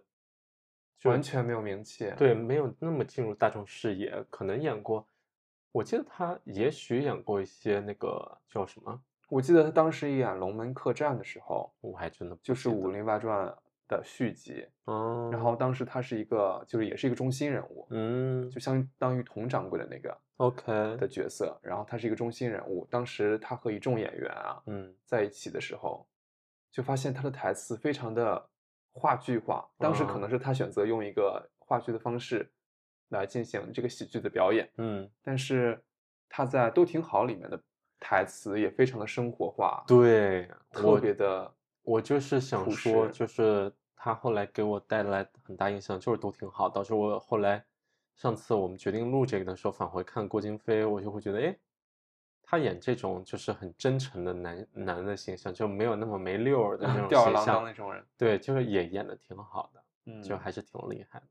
S1: 就
S2: 完全没有名气。，
S1: 对，没有那么进入大众视野，可能演过，我记得他也许演过一些那个叫什么，
S2: 我记得他当时演《龙门客栈》的时候，
S1: 我还真的不
S2: 就是《
S1: 记
S2: 武
S1: 得，
S2: 林外传》的续集。
S1: 哦，
S2: 然后当时他是一个，就是也是一个中心人物，
S1: 嗯
S2: 就相当于佟掌柜的那个
S1: ，OK，
S2: 的角色。然后他是一个中心人物，当时他和一众演员啊
S1: 嗯，
S2: 在一起的时候，就发现他的台词非常的话剧化。当时可
S1: 啊
S2: 能是他选择用一个话剧的方式来进行这个喜剧的表演，
S1: 嗯，
S2: 但是他在《都挺好》里面的台词也非常的生活化，，
S1: 对，
S2: 特别的
S1: 我就是想
S2: 朴
S1: 说，
S2: 实
S1: 就是他后来给我带来很大印象，就是都挺好。导致我后来上次我们决定录这个的时候，返回看郭京飞，我就会觉得，哎，他演这种就是很真诚的男男的形象，就没有那么没溜儿 的那种
S2: 吊儿
S1: 形
S2: 郎
S1: 象
S2: 当那种人，
S1: 对，就是也演的挺好的，
S2: 嗯
S1: 就还是挺厉害的，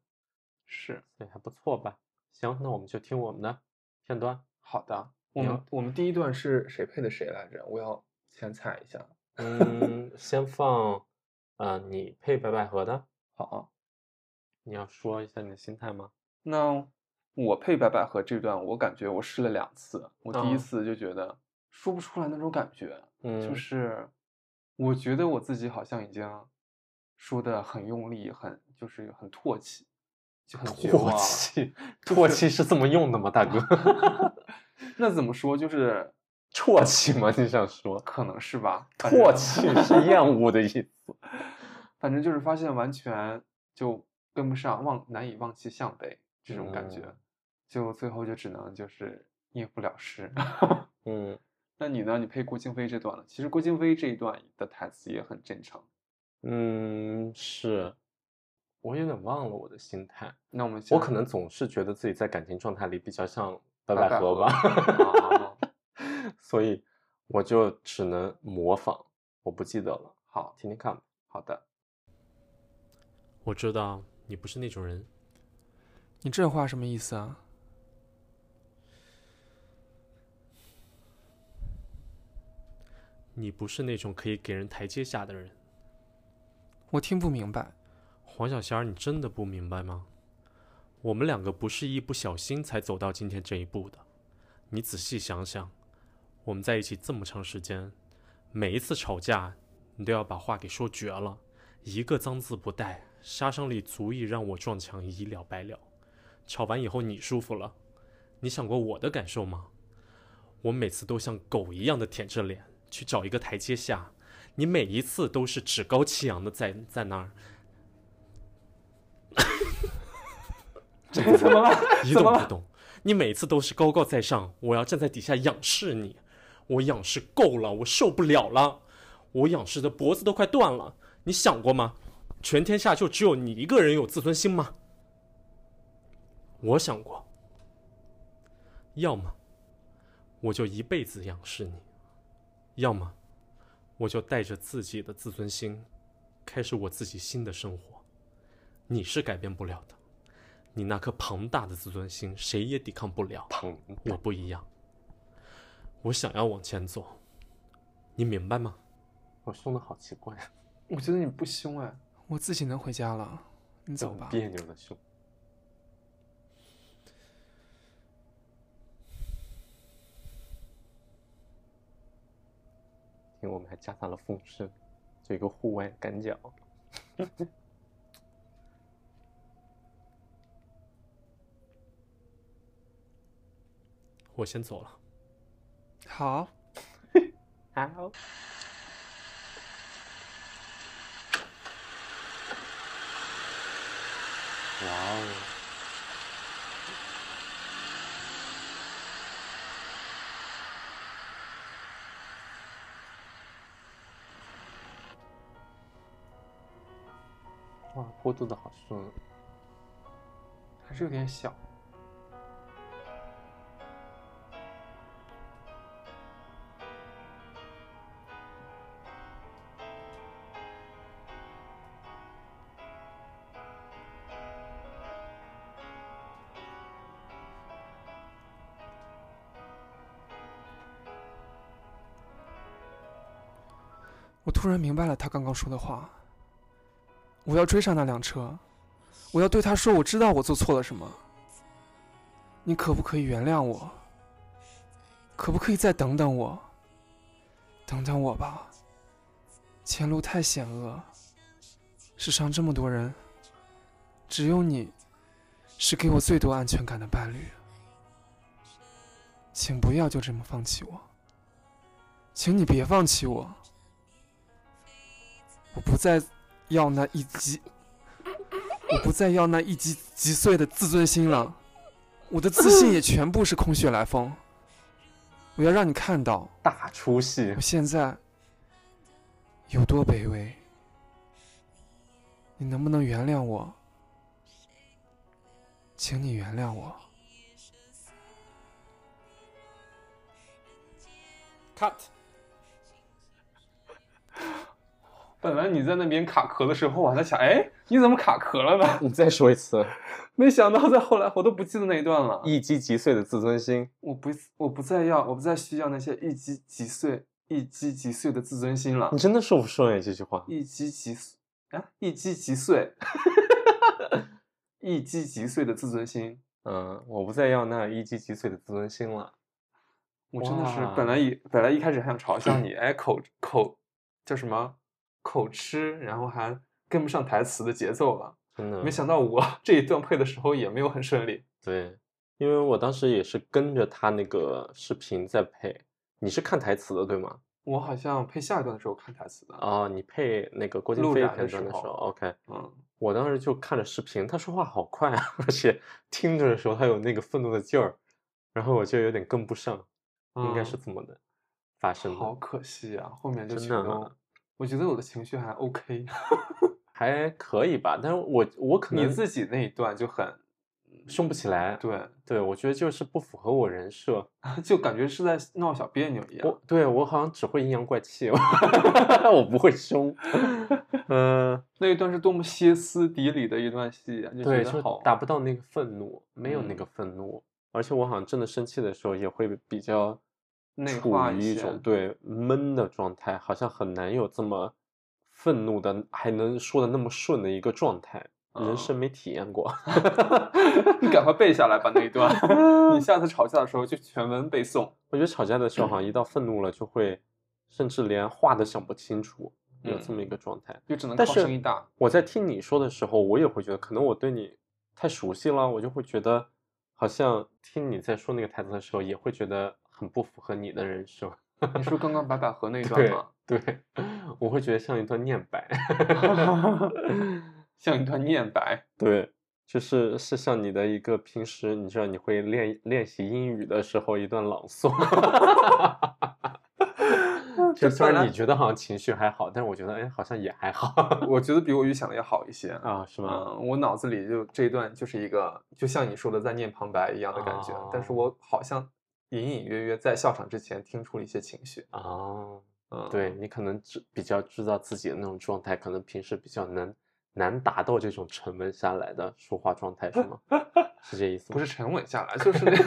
S2: 是
S1: 所以还不错吧。行，那我们就听我们的片段。
S2: 好的。我
S1: 你
S2: 们
S1: 要
S2: 我们第一段是谁配的谁来着？我要先猜一下。
S1: 嗯，先放，呃，你配白百合的，
S2: 好，
S1: 你要说一下你的心态吗？
S2: 那我配白百合这段，我感觉我试了两次，我第一
S1: 嗯
S2: 次就觉得说不出来那种感觉，
S1: 嗯，
S2: 就是我觉得我自己好像已经说的很用力，很就是很唾弃，就很绝望
S1: 唾
S2: 了。
S1: 弃，
S2: 就
S1: 唾
S2: 是
S1: 弃是这么用的吗，大哥？
S2: 那怎么说？就是
S1: 唾弃吗？你想 说？
S2: 可能是吧，反正
S1: 唾弃是厌恶的意思。
S2: 反正就是发现完全就跟不上，望难以望其项背这种感觉，
S1: 嗯
S2: 就最后就只能就是应付了事。
S1: 嗯，
S2: 那你呢？你配郭京飞这段呢？其实郭京飞这一段的台词也很正常。
S1: 嗯，是，我有点忘了我的心态。
S2: 那我们
S1: 我
S2: 先
S1: 可能总是觉得自己在感情状态里比较像白
S2: 白
S1: 百
S2: 百
S1: 合
S2: 合
S1: 吧， 所以我就只能模仿，我不记得了，
S2: 好
S1: 听听看吧。
S2: 好的，
S3: 我知道你不是那种人，
S4: 你这话什么意思啊？
S3: 你不是那种可以给人台阶下的人。
S4: 我听不明白。
S3: 黄小仙儿，你真的不明白吗？我们两个不是一不小心才走到今天这一步的。你仔细想想，我们在一起这么长时间，每一次吵架，你都要把话给说绝了，一个脏字不带，杀伤力足以让我撞墙一了百了。吵完以后你舒服了，你想过我的感受吗？我每次都像狗一样的舔着脸去找一个台阶下，你每一次都是趾高气扬的在在那儿。
S2: 怎么了？
S3: 一动不动。你每次都是高高在上，我要站在底下仰视你，我仰视够了，我受不了了，我仰视的脖子都快断了。你想过吗？全天下就只有你一个人有自尊心吗？我想过，要么我就一辈子仰视你，要么我就带着自己的自尊心，开始我自己新的生活。你是改变不了的。你那颗庞大的自尊心，谁也抵抗不了。
S1: 砰！
S3: 我不一样，我想要往前走，你明白吗？
S1: 我凶的好奇怪，
S2: 我觉得你不凶哎，
S4: 我自己能回家了，你走吧。
S1: 别扭的凶。因为我们还夹杂了风声，就一个户外赶脚。
S3: 我先走了。
S4: 好，
S1: 好，哇哦！哇，过渡的好顺。
S2: 还是有点小。
S4: 我突然明白了他刚刚说的话。我要追上那辆车，我要对他说：“我知道我做错了什么。”你可不可以原谅我？可不可以再等等我？等等我吧，前路太险恶。世上这么多人，只有你是给我最多安全感的伴侣。请不要就这么放弃我，请你别放弃我。我不再要那一击，我不再要那一击击碎的自尊心了，我的自信也全部是空穴来风。我要让你看到
S1: 大出戏
S4: 我，现在有多卑微。你能不能原谅我？请你原谅我。
S3: Cut，
S2: 本来你在那边卡壳的时候，我还在想，哎，你怎么卡壳了呢？
S1: 你再说一次，嗯
S2: 没想到在后来，我都不记得那一段了。
S1: 一击即碎的自尊心。
S2: 我不，我不再要，我不再需要那些一击即碎、一击即碎的自尊心了
S1: 你。真的说不顺哎，这句话。
S2: 一击即碎啊！一击即碎， 一击即碎的自尊心。
S1: 嗯，我不再要那一击即碎的自尊心了。
S2: 我真的是
S1: 哇
S2: 本来以本来一开始还想嘲笑你，哎，口口叫什么口吃，然后还跟不上台词的节奏了。
S1: 真的，
S2: 没想到我 这一段配的时候也没有很顺利。
S1: 对，因为我当时也是跟着他那个视频在配。你是看台词的对吗？
S2: 我好像配下一段的时候看台词的，
S1: 啊、你配那个郭京
S2: 陆
S1: 飞
S2: 展的
S1: 片段的
S2: 时
S1: 时候
S2: 候
S1: ，OK。
S2: 嗯，
S1: 我当时就看着视频，他说话好快啊， 而且听着的时候他有那个愤怒的劲儿，然后我就有点跟不上，应该
S2: 嗯
S1: 是怎么的发生的？
S2: 好可惜啊，后面就
S1: 真
S2: 全
S1: 的
S2: 都，我觉得我的情绪还 OK。
S1: 还可以吧，但是我我可
S2: 你
S1: 能
S2: 自己那一段就很
S1: 凶不起来，
S2: 对，
S1: 对，我觉得就是不符合我人设，
S2: 就感觉是在闹小别扭一样。
S1: 我对我好像只会阴阳怪气， 我不会 凶，嗯、
S2: 那一段是多么歇斯底里的一段戏啊！就
S1: 对，就
S2: 觉得
S1: 是
S2: 好
S1: 达不到那个愤怒，没有那
S2: 嗯
S1: 个愤怒，而且我好像真的生气的时候也会比较
S2: 内
S1: 处
S2: 化
S1: 于
S2: 一
S1: 一
S2: 些
S1: 种对闷的状态，好像很难有这么愤怒的，还能说的那么顺的一个状态，人
S2: 嗯
S1: 生没体验过。
S2: 你赶快背下来吧那一段，你下次吵架的时候就全文背诵。
S1: 我觉得吵架的时候好像一到愤怒了就会，甚至连话都想不清楚，有这
S2: 嗯
S1: 么一个状态。
S2: 就只能靠
S1: 但是
S2: 声音大。
S1: 我在听你说的时候，我也会觉得，可能我对你太熟悉了，我就会觉得，好像听你在说那个台词的时候，也会觉得很不符合你的人设。
S2: 你说刚刚白百 合那一段
S1: 对
S2: 吗？
S1: 对，我会觉得像一段念 白。
S2: 像一段念白，
S1: 对，就是是像你的一个平时，你知道你会练练习英语的时候一段朗 诵。就虽然你觉得好像情绪还好，但是我觉得哎，好像也还好
S2: 我觉得比我预想的要好一些。
S1: 啊， 是吗？
S2: 嗯，我脑子里就这一段就是一个，就像你说的在念旁白一样的感觉，但是
S1: 哦
S2: 我好像隐隐约约在笑场之前听出了一些情绪。
S1: 哦，
S2: 嗯，
S1: 对，你可能知比较知道自己的那种状态，可能平时比较难难达到这种沉稳下来的说话状态，是吗？是这意思吗？
S2: 不是沉稳下 来，就是那个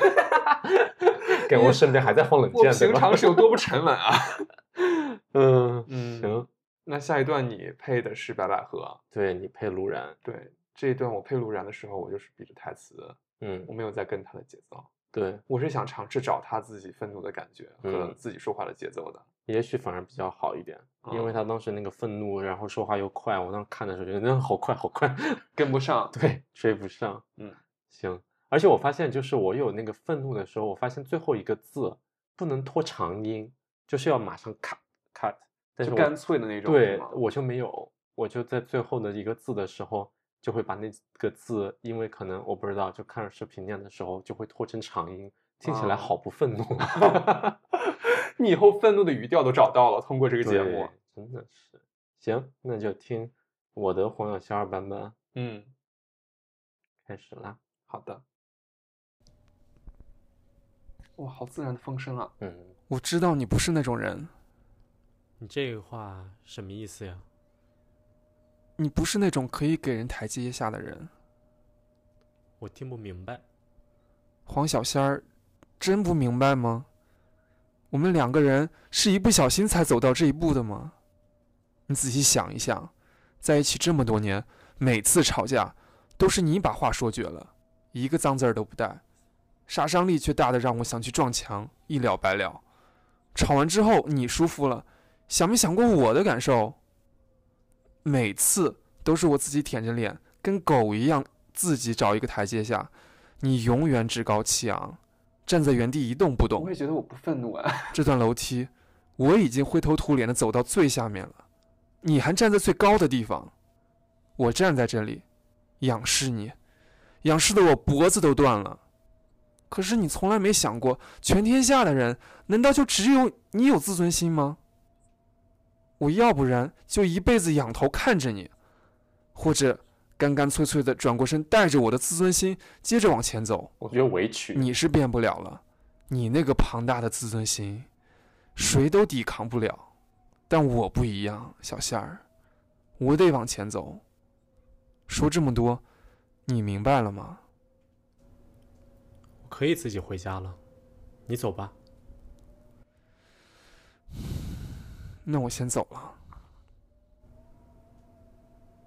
S1: 感觉身边还在放冷
S2: 我
S1: 箭，对
S2: 平
S1: 吧
S2: 常是有多不沉 稳啊！
S1: 嗯
S2: 嗯
S1: 行，
S2: 那下一段你配的是白百合，啊
S1: 对你配卢然，
S2: 对这一段我配陆然的时候，我就是比着台词，
S1: 嗯
S2: 我，没有在跟他的节奏，
S1: 对，
S2: 我是想尝试找他自己愤怒的感觉和
S1: 嗯
S2: 自己说话的节奏的。
S1: 也许反而比较好一点，因为
S2: 嗯
S1: 他当时那个愤怒，然后说话又快，我当时看的时候觉得嗯那好快好快，
S2: 跟不上，
S1: 对，追不上，
S2: 嗯，
S1: 行。而且我发现，就是我有那个愤怒的时候，我发现最后一个字不能拖长音，就是要马上咔咔，但是
S2: 就
S1: 我
S2: 干脆的那种，是
S1: 对
S2: 吗
S1: 我就没有，我就在最后的一个字的时候，就会把那个字，因为可能我不知道，就看着视频念的时候就会拖成长音，听起来
S2: 啊
S1: 好不愤怒。
S2: 你以后愤怒的语调都找到了，通过这个节目
S1: 对，真的是。行，那就听我的黄小仙儿版本啊
S2: 嗯，
S1: 开始啦。
S2: 好的。哇，好自然的风声啊！
S1: 嗯，
S4: 我知道你不是那种人，
S3: 你这个话什么意思呀？
S4: 你不是那种可以给人台阶下的人。
S3: 我听不明白。
S4: 黄小仙儿，真不明白吗？我们两个人是一不小心才走到这一步的吗？你仔细想一想，在一起这么多年，每次吵架都是你把话说绝了，一个脏字儿都不带，杀伤力却大的让我想去撞墙，一了百了。吵完之后你舒服了，想没想过我的感受？每次都是我自己舔着脸，跟狗一样自己找一个台阶下，你永远趾高气昂，站在原地一动不动
S2: 我。也觉得我不愤怒啊。
S4: 这段楼梯，我已经灰头土脸的走到最下面了，你还站在最高的地方，我站在这里，仰视你，仰视的我脖子都断了。可是你从来没想过，全天下的人难道就只有你有自尊心吗？我要不然就一辈子仰头看着你，或者干干脆脆的转过身，带着我的自尊心接着往前走。
S1: 我觉得委屈。
S4: 你是变不了了，你那个庞大的自尊心，谁都抵抗不了。但我不一样，小仙儿，我得往前走。说这么多，你明白了吗？
S3: 我可以自己回家了，你走吧。
S4: 那我先走了。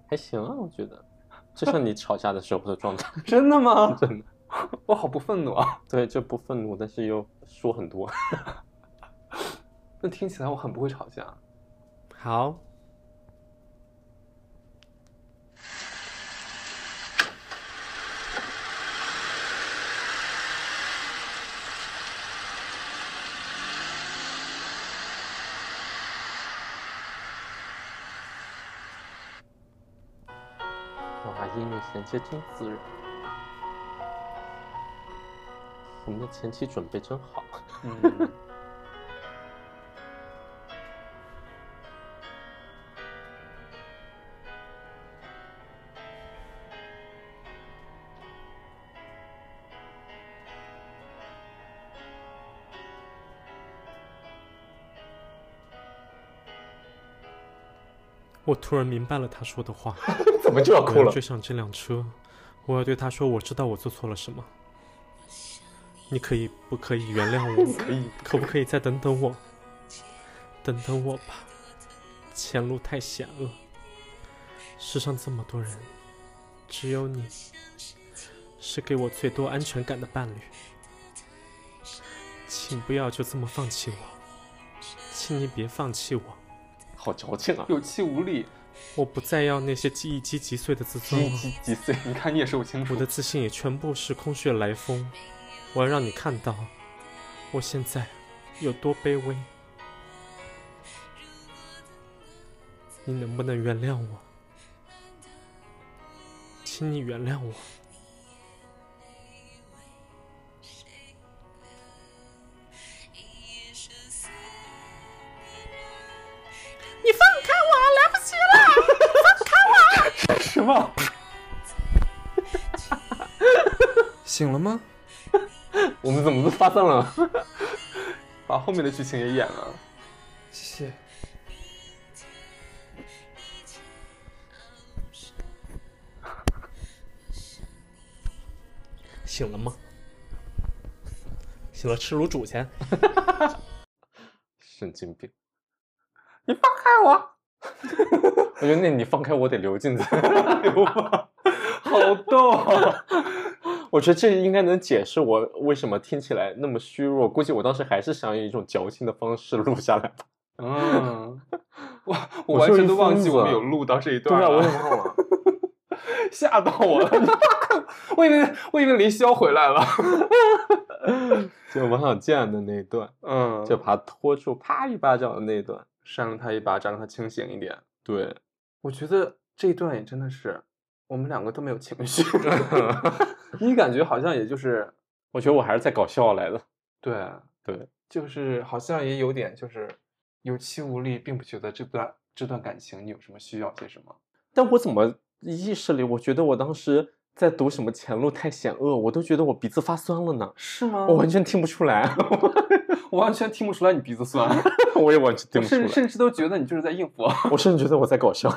S1: 还行啊，我觉得，就像你吵架的时候的状态，
S2: 真的吗？
S1: 真的，
S2: 我好不愤怒啊！
S1: 对，就不愤怒，但是又说很 多。
S2: 那听起来我很不会吵架。
S3: 好，
S1: 哇，音乐衔接真自然。我们的前期准备真好，
S2: 嗯，
S3: 我突然明白了他说的话。
S1: 怎么就要
S3: 我要追上这辆车，我要对他说，我知道我做错了什么。你可以不可以原谅我？可以，可不可以再等等我？等等我吧，前路太险恶。世上这么多人，只有你是给我最多安全感的伴侣。请不要就这么放弃我，请你别放弃我。
S1: 好矫情啊！
S2: 有气无力，
S3: 我不再要那些记忆击击碎的自尊
S2: 几
S3: 了。
S2: 几几岁？你看你也说不清楚
S3: 我的自信也全部是空穴来风。我要让你看到，我现在有多卑微。你能不能原谅我？请你原谅我。
S2: 什么？
S4: 醒了吗？
S1: 我们怎么都发散了？
S2: 把后面的剧情也演了。
S4: 谢谢。
S3: 醒了吗？醒了，吃卤煮去。
S1: 神经病！
S2: 你放开我！
S1: 我觉得那你放开我得刘进才 留吧。
S2: 好逗啊！
S1: 我觉得这应该能解释我为什么听起来那么虚弱。估计我当时还是想以一种矫情的方式录下来吧。
S2: 嗯，我 我
S1: 我
S2: 完
S1: 就是
S2: 全都
S1: 一
S2: 忘
S1: 疯
S2: 记
S1: 子
S2: 我们有录到这一
S1: 对
S2: 段
S1: 啊，我也
S2: 了，
S1: 忘了。
S2: 吓到我了。你放开我我以为我以为林霄回来了。
S1: 就王小贱的那一段，
S2: 嗯，
S1: 就把他拖住，啪一巴掌的那一段。
S2: 扇了他一巴掌，让他清醒一点。
S1: 对，
S2: 我觉得这一段也真的是，我们两个都没有情 绪。你感觉好像也就是
S1: 我觉得我还是在搞笑来的。
S2: 对
S1: 对，
S2: 就是好像也有点就是有气无力，并不觉得这段这段感情你有什么需要些什么。
S1: 但我怎么意识里，我觉得我当时在读什么《前路太险恶》，我都觉得我鼻子发酸了呢，
S2: 是吗？
S1: 我完全听不出来，
S2: 我完全听不出来你鼻子酸，
S1: 我也完全 听
S2: 我
S1: 不出来，
S2: 甚至甚至都觉得你就是在应付。
S1: 我甚至觉得我在搞笑。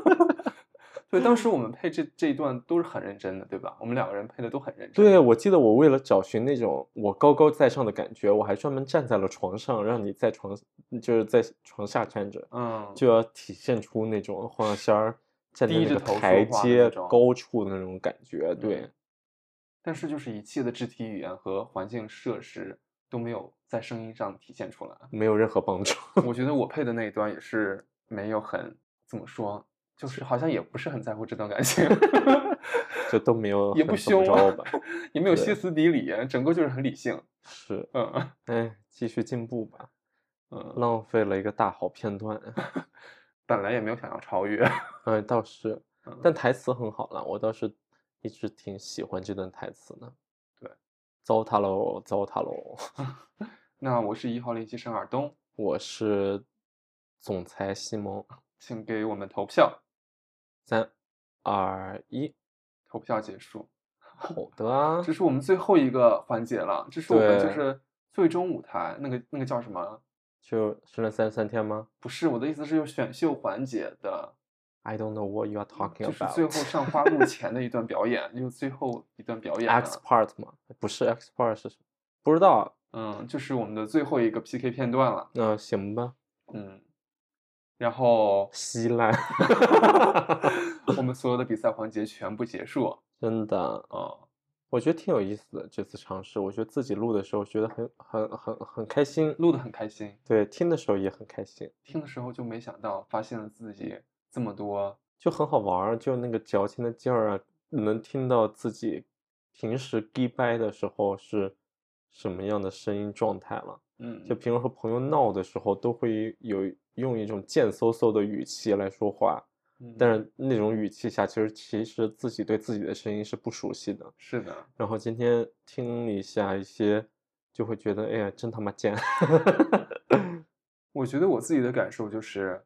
S2: 对，当时我们配这这一段都是很认真的，对吧？我们两个人配的都很认真。
S1: 对，我记得我为了找寻那种我高高在上的感觉，我还专门站在了床上，让你在床就是在床下站着，
S2: 嗯，
S1: 就要体现出那种 黄小仙儿站在
S2: 低
S1: 那嗯
S2: 着
S1: 个
S2: 头说
S1: 台
S2: 话的那
S1: 阶
S2: 种
S1: 高处的那种感觉。对，
S2: 但是就是一切的肢体语言和环境设施都没有在声音上体现出来。
S1: 没有任何帮助。，
S2: 我觉得我配的那一段也是没有很怎么说，就是好像也不是很在乎这段感情
S1: 就都没有
S2: 也
S1: 很
S2: 不
S1: 怎么
S2: 凶啊
S1: 着 吧
S2: 也没有
S1: 对
S2: 歇斯底里，整个就是很理性。
S1: 是，
S2: 嗯
S1: 哎，继续进步吧，
S2: 嗯，
S1: 浪费了一个大好片段。
S2: 本来也没有想要超越。
S1: 哎，倒是，
S2: 嗯
S1: 但台词很好了，我倒是一直挺喜欢这段台词的。
S2: 对，
S1: 糟蹋喽，糟蹋喽。
S2: 那我是一号练习生尔东，
S1: 我是总裁西蒙，
S2: 请给我们投票。
S1: 三二一，
S2: 投票结束，
S1: 好的啊
S2: 这，是我们最后一个环节了，这是我们就
S1: 对
S2: 是最终舞台，那个那个叫什么？
S1: 就训练三十三天吗
S2: 不是我的意思是有选秀环节的，
S1: ？I don't know what you are talking
S2: 就是最后
S1: about。
S2: 上花路前的一段表演，就是最后一段表演了。
S1: X part 吗？不是 X part 是什么？不知道。
S2: 嗯，就是我们的最后一个 PK 片段了。
S1: 那、行吧，
S2: 嗯，然后
S1: 稀烂，
S2: 我们所有的比赛环节全部结束。
S1: 真的，
S2: 啊，
S1: 我觉得挺有意思的这次尝试。我觉得自己录的时候觉得很很很很开心，
S2: 录的很开心，
S1: 对，听的时候也很开心，
S2: 听的时候就没想到，发现了自己这么多。
S1: 就很好玩儿，就那个矫情的劲儿啊，能听到自己平时低掰的时候是什么样的声音状态了。
S2: 嗯，
S1: 就平时和朋友闹的时候，都会有用一种贱嗖嗖的语气来说话，
S2: 嗯
S1: 但是那种语气下，其实其实自己对自己的声音是不熟悉的。
S2: 是的，
S1: 然后今天听了一下一些，就会觉得，哎呀，真他妈贱。
S2: 我觉得我自己的感受就是，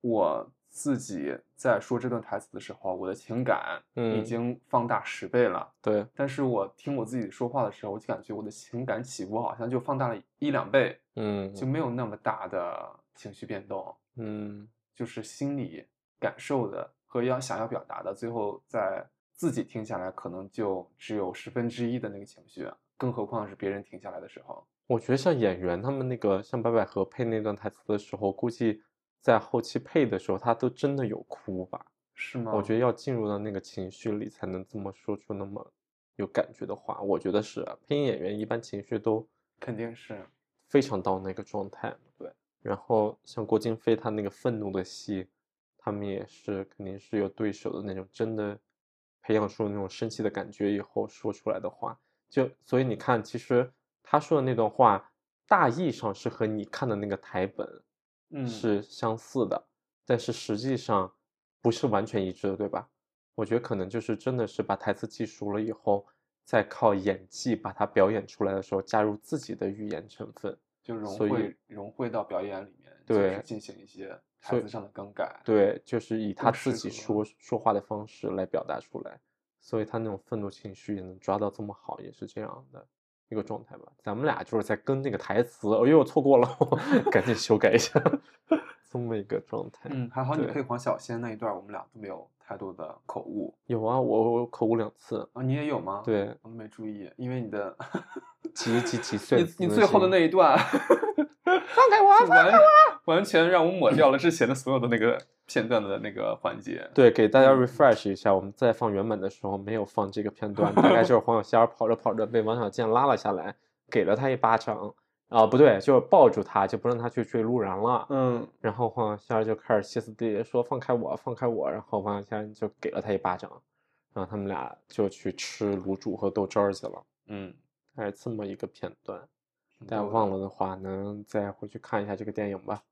S2: 我自己在说这段台词的时候，我的情感已
S1: 嗯
S2: 经放大十倍了。
S1: 对，
S2: 但是我听我自己说话的时候，我就感觉我的情感起伏好像就放大了一两倍，
S1: 嗯
S2: 就没有那么大的情绪变动，
S1: 嗯，
S2: 就是心理感受的和要想要表达的，最后在自己听下来可能就只有十分之一的那个情绪，更何况是别人停下来的时候。
S1: 我觉得像演员他们那个，像白百合配那段台词的时候，估计在后期配的时候，他都真的有哭吧。
S2: 是吗？
S1: 我觉得要进入到那个情绪里，才能这么说出那么有感觉的话。我觉得是啊配音演员一般情绪都
S2: 肯定是，
S1: 非常到那个状态嘛。
S2: 对，
S1: 然后像郭京飞他那个愤怒的戏，他们也是肯定是有对手的那种，真的培养出那种生气的感觉以后说出来的话，就所以你看，其实他说的那段话，大意上是和你看的那个台本
S2: 嗯，
S1: 是相似的，但是实际上不是完全一致的，对吧？我觉得可能就是真的是把台词记熟了以后，再靠演技把它表演出来的时候，加入自己的语言成分。
S2: 就融
S1: 所以
S2: 汇融汇到表演里面，就是
S1: 对
S2: 进行一些
S1: 所
S2: 台
S1: 以
S2: 词上的更改。，
S1: 对，就是以他
S2: 更
S1: 自
S2: 适
S1: 己说
S2: 合
S1: 说话的方式来表达出来，所以他那种愤怒情绪也能抓到这么好，也是这样的一个状态吧。咱们俩就是在跟那个台词，哎呦，错过了， 我赶紧修改一下， 这么一个状态。
S2: 嗯，还好你
S1: 对
S2: 配黄小仙那一段，我们俩都没有太多的口误
S1: 有啊，我我口误两次，
S2: 啊，你也有吗？，
S1: 对，
S2: 我没注意，因为你的
S1: 几几 几岁
S2: 你你最后的那一 段，放开我，放开我，完全让我抹掉了之前的所有的那个片段的那个环节。
S1: 对，给大家
S2: 嗯
S1: refresh 一下，我们在放原本的时候没有放这个片段，大概就是黄小仙儿跑着跑着被王小贱拉了下来，给了他一巴掌，啊、不对，就是抱住他，就不让他去追路人了。
S2: 嗯，
S1: 然后黄小仙儿就开始歇斯底里地说放开我，放开我，然后王小仙儿就给了他一巴掌，然后他们俩就去吃卤煮和豆汁儿去了，
S2: 嗯，
S1: 大概这么一个片段。
S2: 挺
S1: 大家
S2: 多的
S1: 忘了的话，能再回去看一下这个电影吧。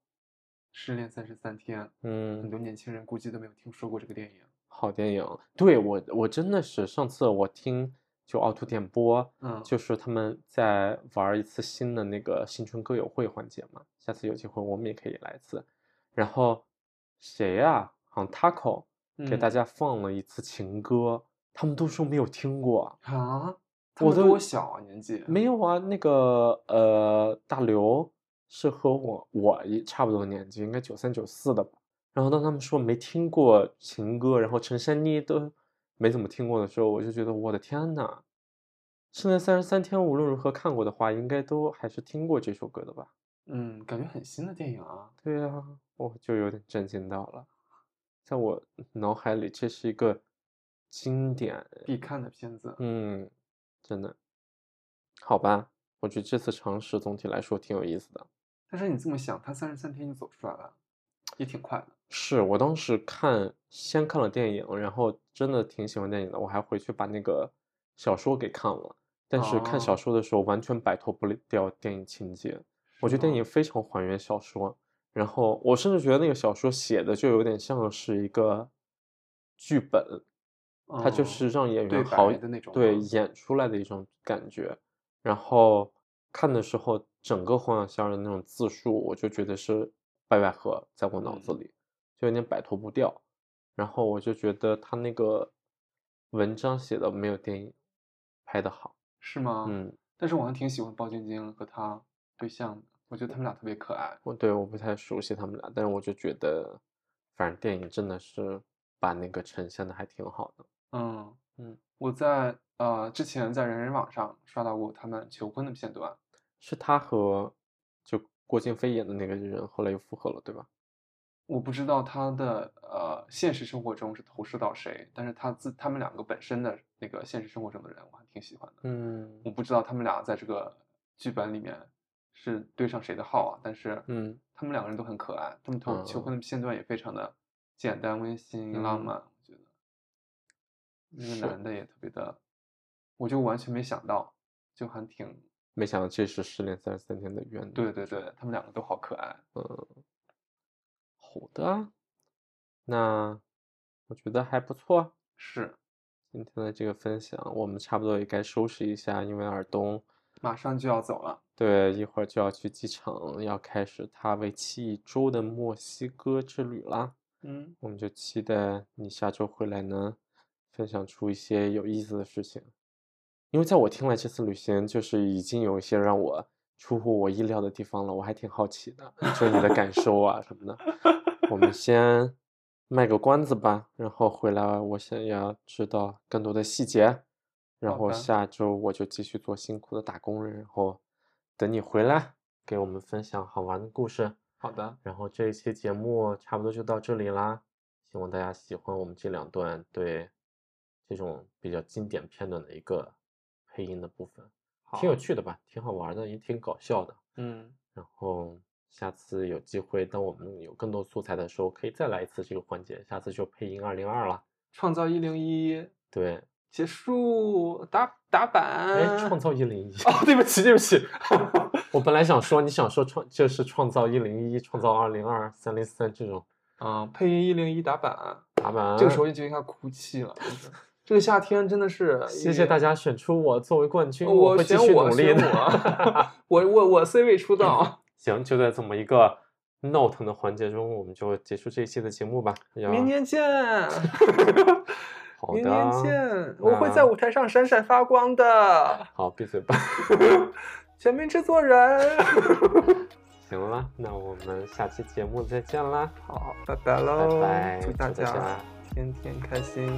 S2: 失恋三十三天，很
S1: 嗯，
S2: 多年轻人估计都没有听说过这个电影。
S1: 好电影，对我我真的是上次我听就凹凸电波，
S2: 嗯，
S1: 就是他们在玩一次新的那个新春歌友会环节嘛，下次有机会我们也可以来一次。然后谁呀、好像 Taco 给大
S2: 嗯
S1: 家放了一次情歌，他们都说没有听过，
S2: 啊，他
S1: 我
S2: 们
S1: 都
S2: 多小啊年纪？
S1: 没有啊。那个呃，大刘是和我我也差不多年纪，应该九三九四的吧。然后当他们说没听过情歌，然后陈珊妮都没怎么听过的时候，我就觉得我的天呐，《室内三十三天》无论如何看过的话，应该都还是听过这首歌的吧？
S2: 嗯，感觉很新的电影啊。
S1: 对呀、啊，我就有点震惊到了，在我脑海里这是一个经典，
S2: 必看的片子。
S1: 嗯，真的，好吧，我觉得这次尝试总体来说挺有意思的。
S2: 但是你这么想，他三十三天就走出来了，也挺快的。
S1: 是我当时看，先看了电影，然后真的挺喜欢电影的，我还回去把那个小说给看了，但是看小
S2: 哦
S1: 说的时候完全摆脱不了掉电影情节，我觉得电
S2: 吗
S1: 影非常还原小说，然后我甚至觉得那个小说写的就有点像是一个剧本，它就
S2: 嗯
S1: 是让演
S2: 对
S1: 员
S2: 白
S1: 好
S2: 的那种
S1: 对
S2: 吗
S1: 演出来的一种感觉。然后看的时候，整个《黄晓仙儿》的那种字数，我就觉得是白百合在我脑子
S2: 嗯
S1: 里，就有点摆脱不掉。然后我就觉得他那个文章写的没有电影拍的好，
S2: 是吗？。
S1: 嗯。
S2: 但是我还挺喜欢包晶晶和她对象的，我觉得他们俩特别可爱。
S1: 我对我不太熟悉他们俩，但是我就觉得，反正电影真的是把那个呈现的还挺好的。
S2: 嗯
S1: 嗯，
S2: 我在呃之前在人人网上刷到过他们求婚的片段，
S1: 是他和就郭京飞演的那个人后来又复合了，对吧？
S2: 我不知道他的呃现实生活中是投射到谁，但是他自他们两个本身的那个现实生活中的人，我还挺喜欢的。
S1: 嗯
S2: 我不知道他们俩在这个剧本里面是对上谁的号啊，但是
S1: 嗯，
S2: 他们两个人都很可爱，他们投求
S1: 嗯
S2: 婚的片段也非常的简单、温馨、浪
S1: 嗯
S2: 漫，我觉得那
S1: 是
S2: 个男的也特别的，我就完全没想到，就还挺
S1: 没想到这是失恋三十三天的缘。
S2: 对，对对，他们两个都好可爱。
S1: 嗯，好的啊，那我觉得还不错啊。
S2: 是，
S1: 今天的这个分享，我们差不多也该收拾一下，因为尔东
S2: 马上就要走了，
S1: 对，一会儿就要去机场，要开始他为期一周的墨西哥之旅啦。
S2: 嗯，
S1: 我们就期待你下周回来能分享出一些有意思的事情。因为在我听来，这次旅行就是已经有一些让我出乎我意料的地方了，我还挺好奇的，就你的感受啊什么的。我 们先卖个关子吧，然后回来我想要知道更多的细节，然
S2: 好
S1: 后
S2: 的
S1: 下周我就继续做辛苦的打工人，然后等你回来给我们分享好玩的故事。
S2: 好的，
S1: 然后这一期节目差不多就到这里啦，希望大家喜欢我们这两段对这种比较经典片段的一个配音的部分，挺有
S2: 好，
S1: 趣的吧，挺好玩的，也挺搞笑的。
S2: 嗯，
S1: 然后下次有机会，当我们有更多素材的时候，可以再来一次这个环节，下次就配音二零二了。
S2: 创造一零一
S1: 对，
S2: 结束，打打板，
S1: 哎，创造一零一，
S2: 哦，对不起，对不起，
S1: 我本来想说你想说创就是创造一零一、创造二零二、三零三这种
S2: 嗯，配音一零一打板，
S1: 打板，
S2: 这个时候就应该哭泣了。真的这个夏天真 的是，
S1: 谢谢大
S2: 家，
S1: 家选出我作为冠军，
S2: 我
S1: 会继
S2: 选
S1: 续
S2: 我
S1: 努力
S2: 选
S1: 的。
S2: 我， 我我我 C 位出道，
S1: 行，就在这么一个闹腾的环节中，我们就结束这一期的节目吧。要
S2: 明年见，
S1: 好
S2: 明
S1: 的
S2: 年
S1: 啊，
S2: 见，我会
S1: 那
S2: 在舞台上闪闪发光的，
S1: 好，闭嘴吧。
S2: 全民制作人。
S1: 行了，那我们下期节目再见啦，
S2: 好，拜拜
S1: 拜
S2: 喽，
S1: 拜，
S2: 祝大
S1: 祝大
S2: 家
S1: 家
S2: 天天开心。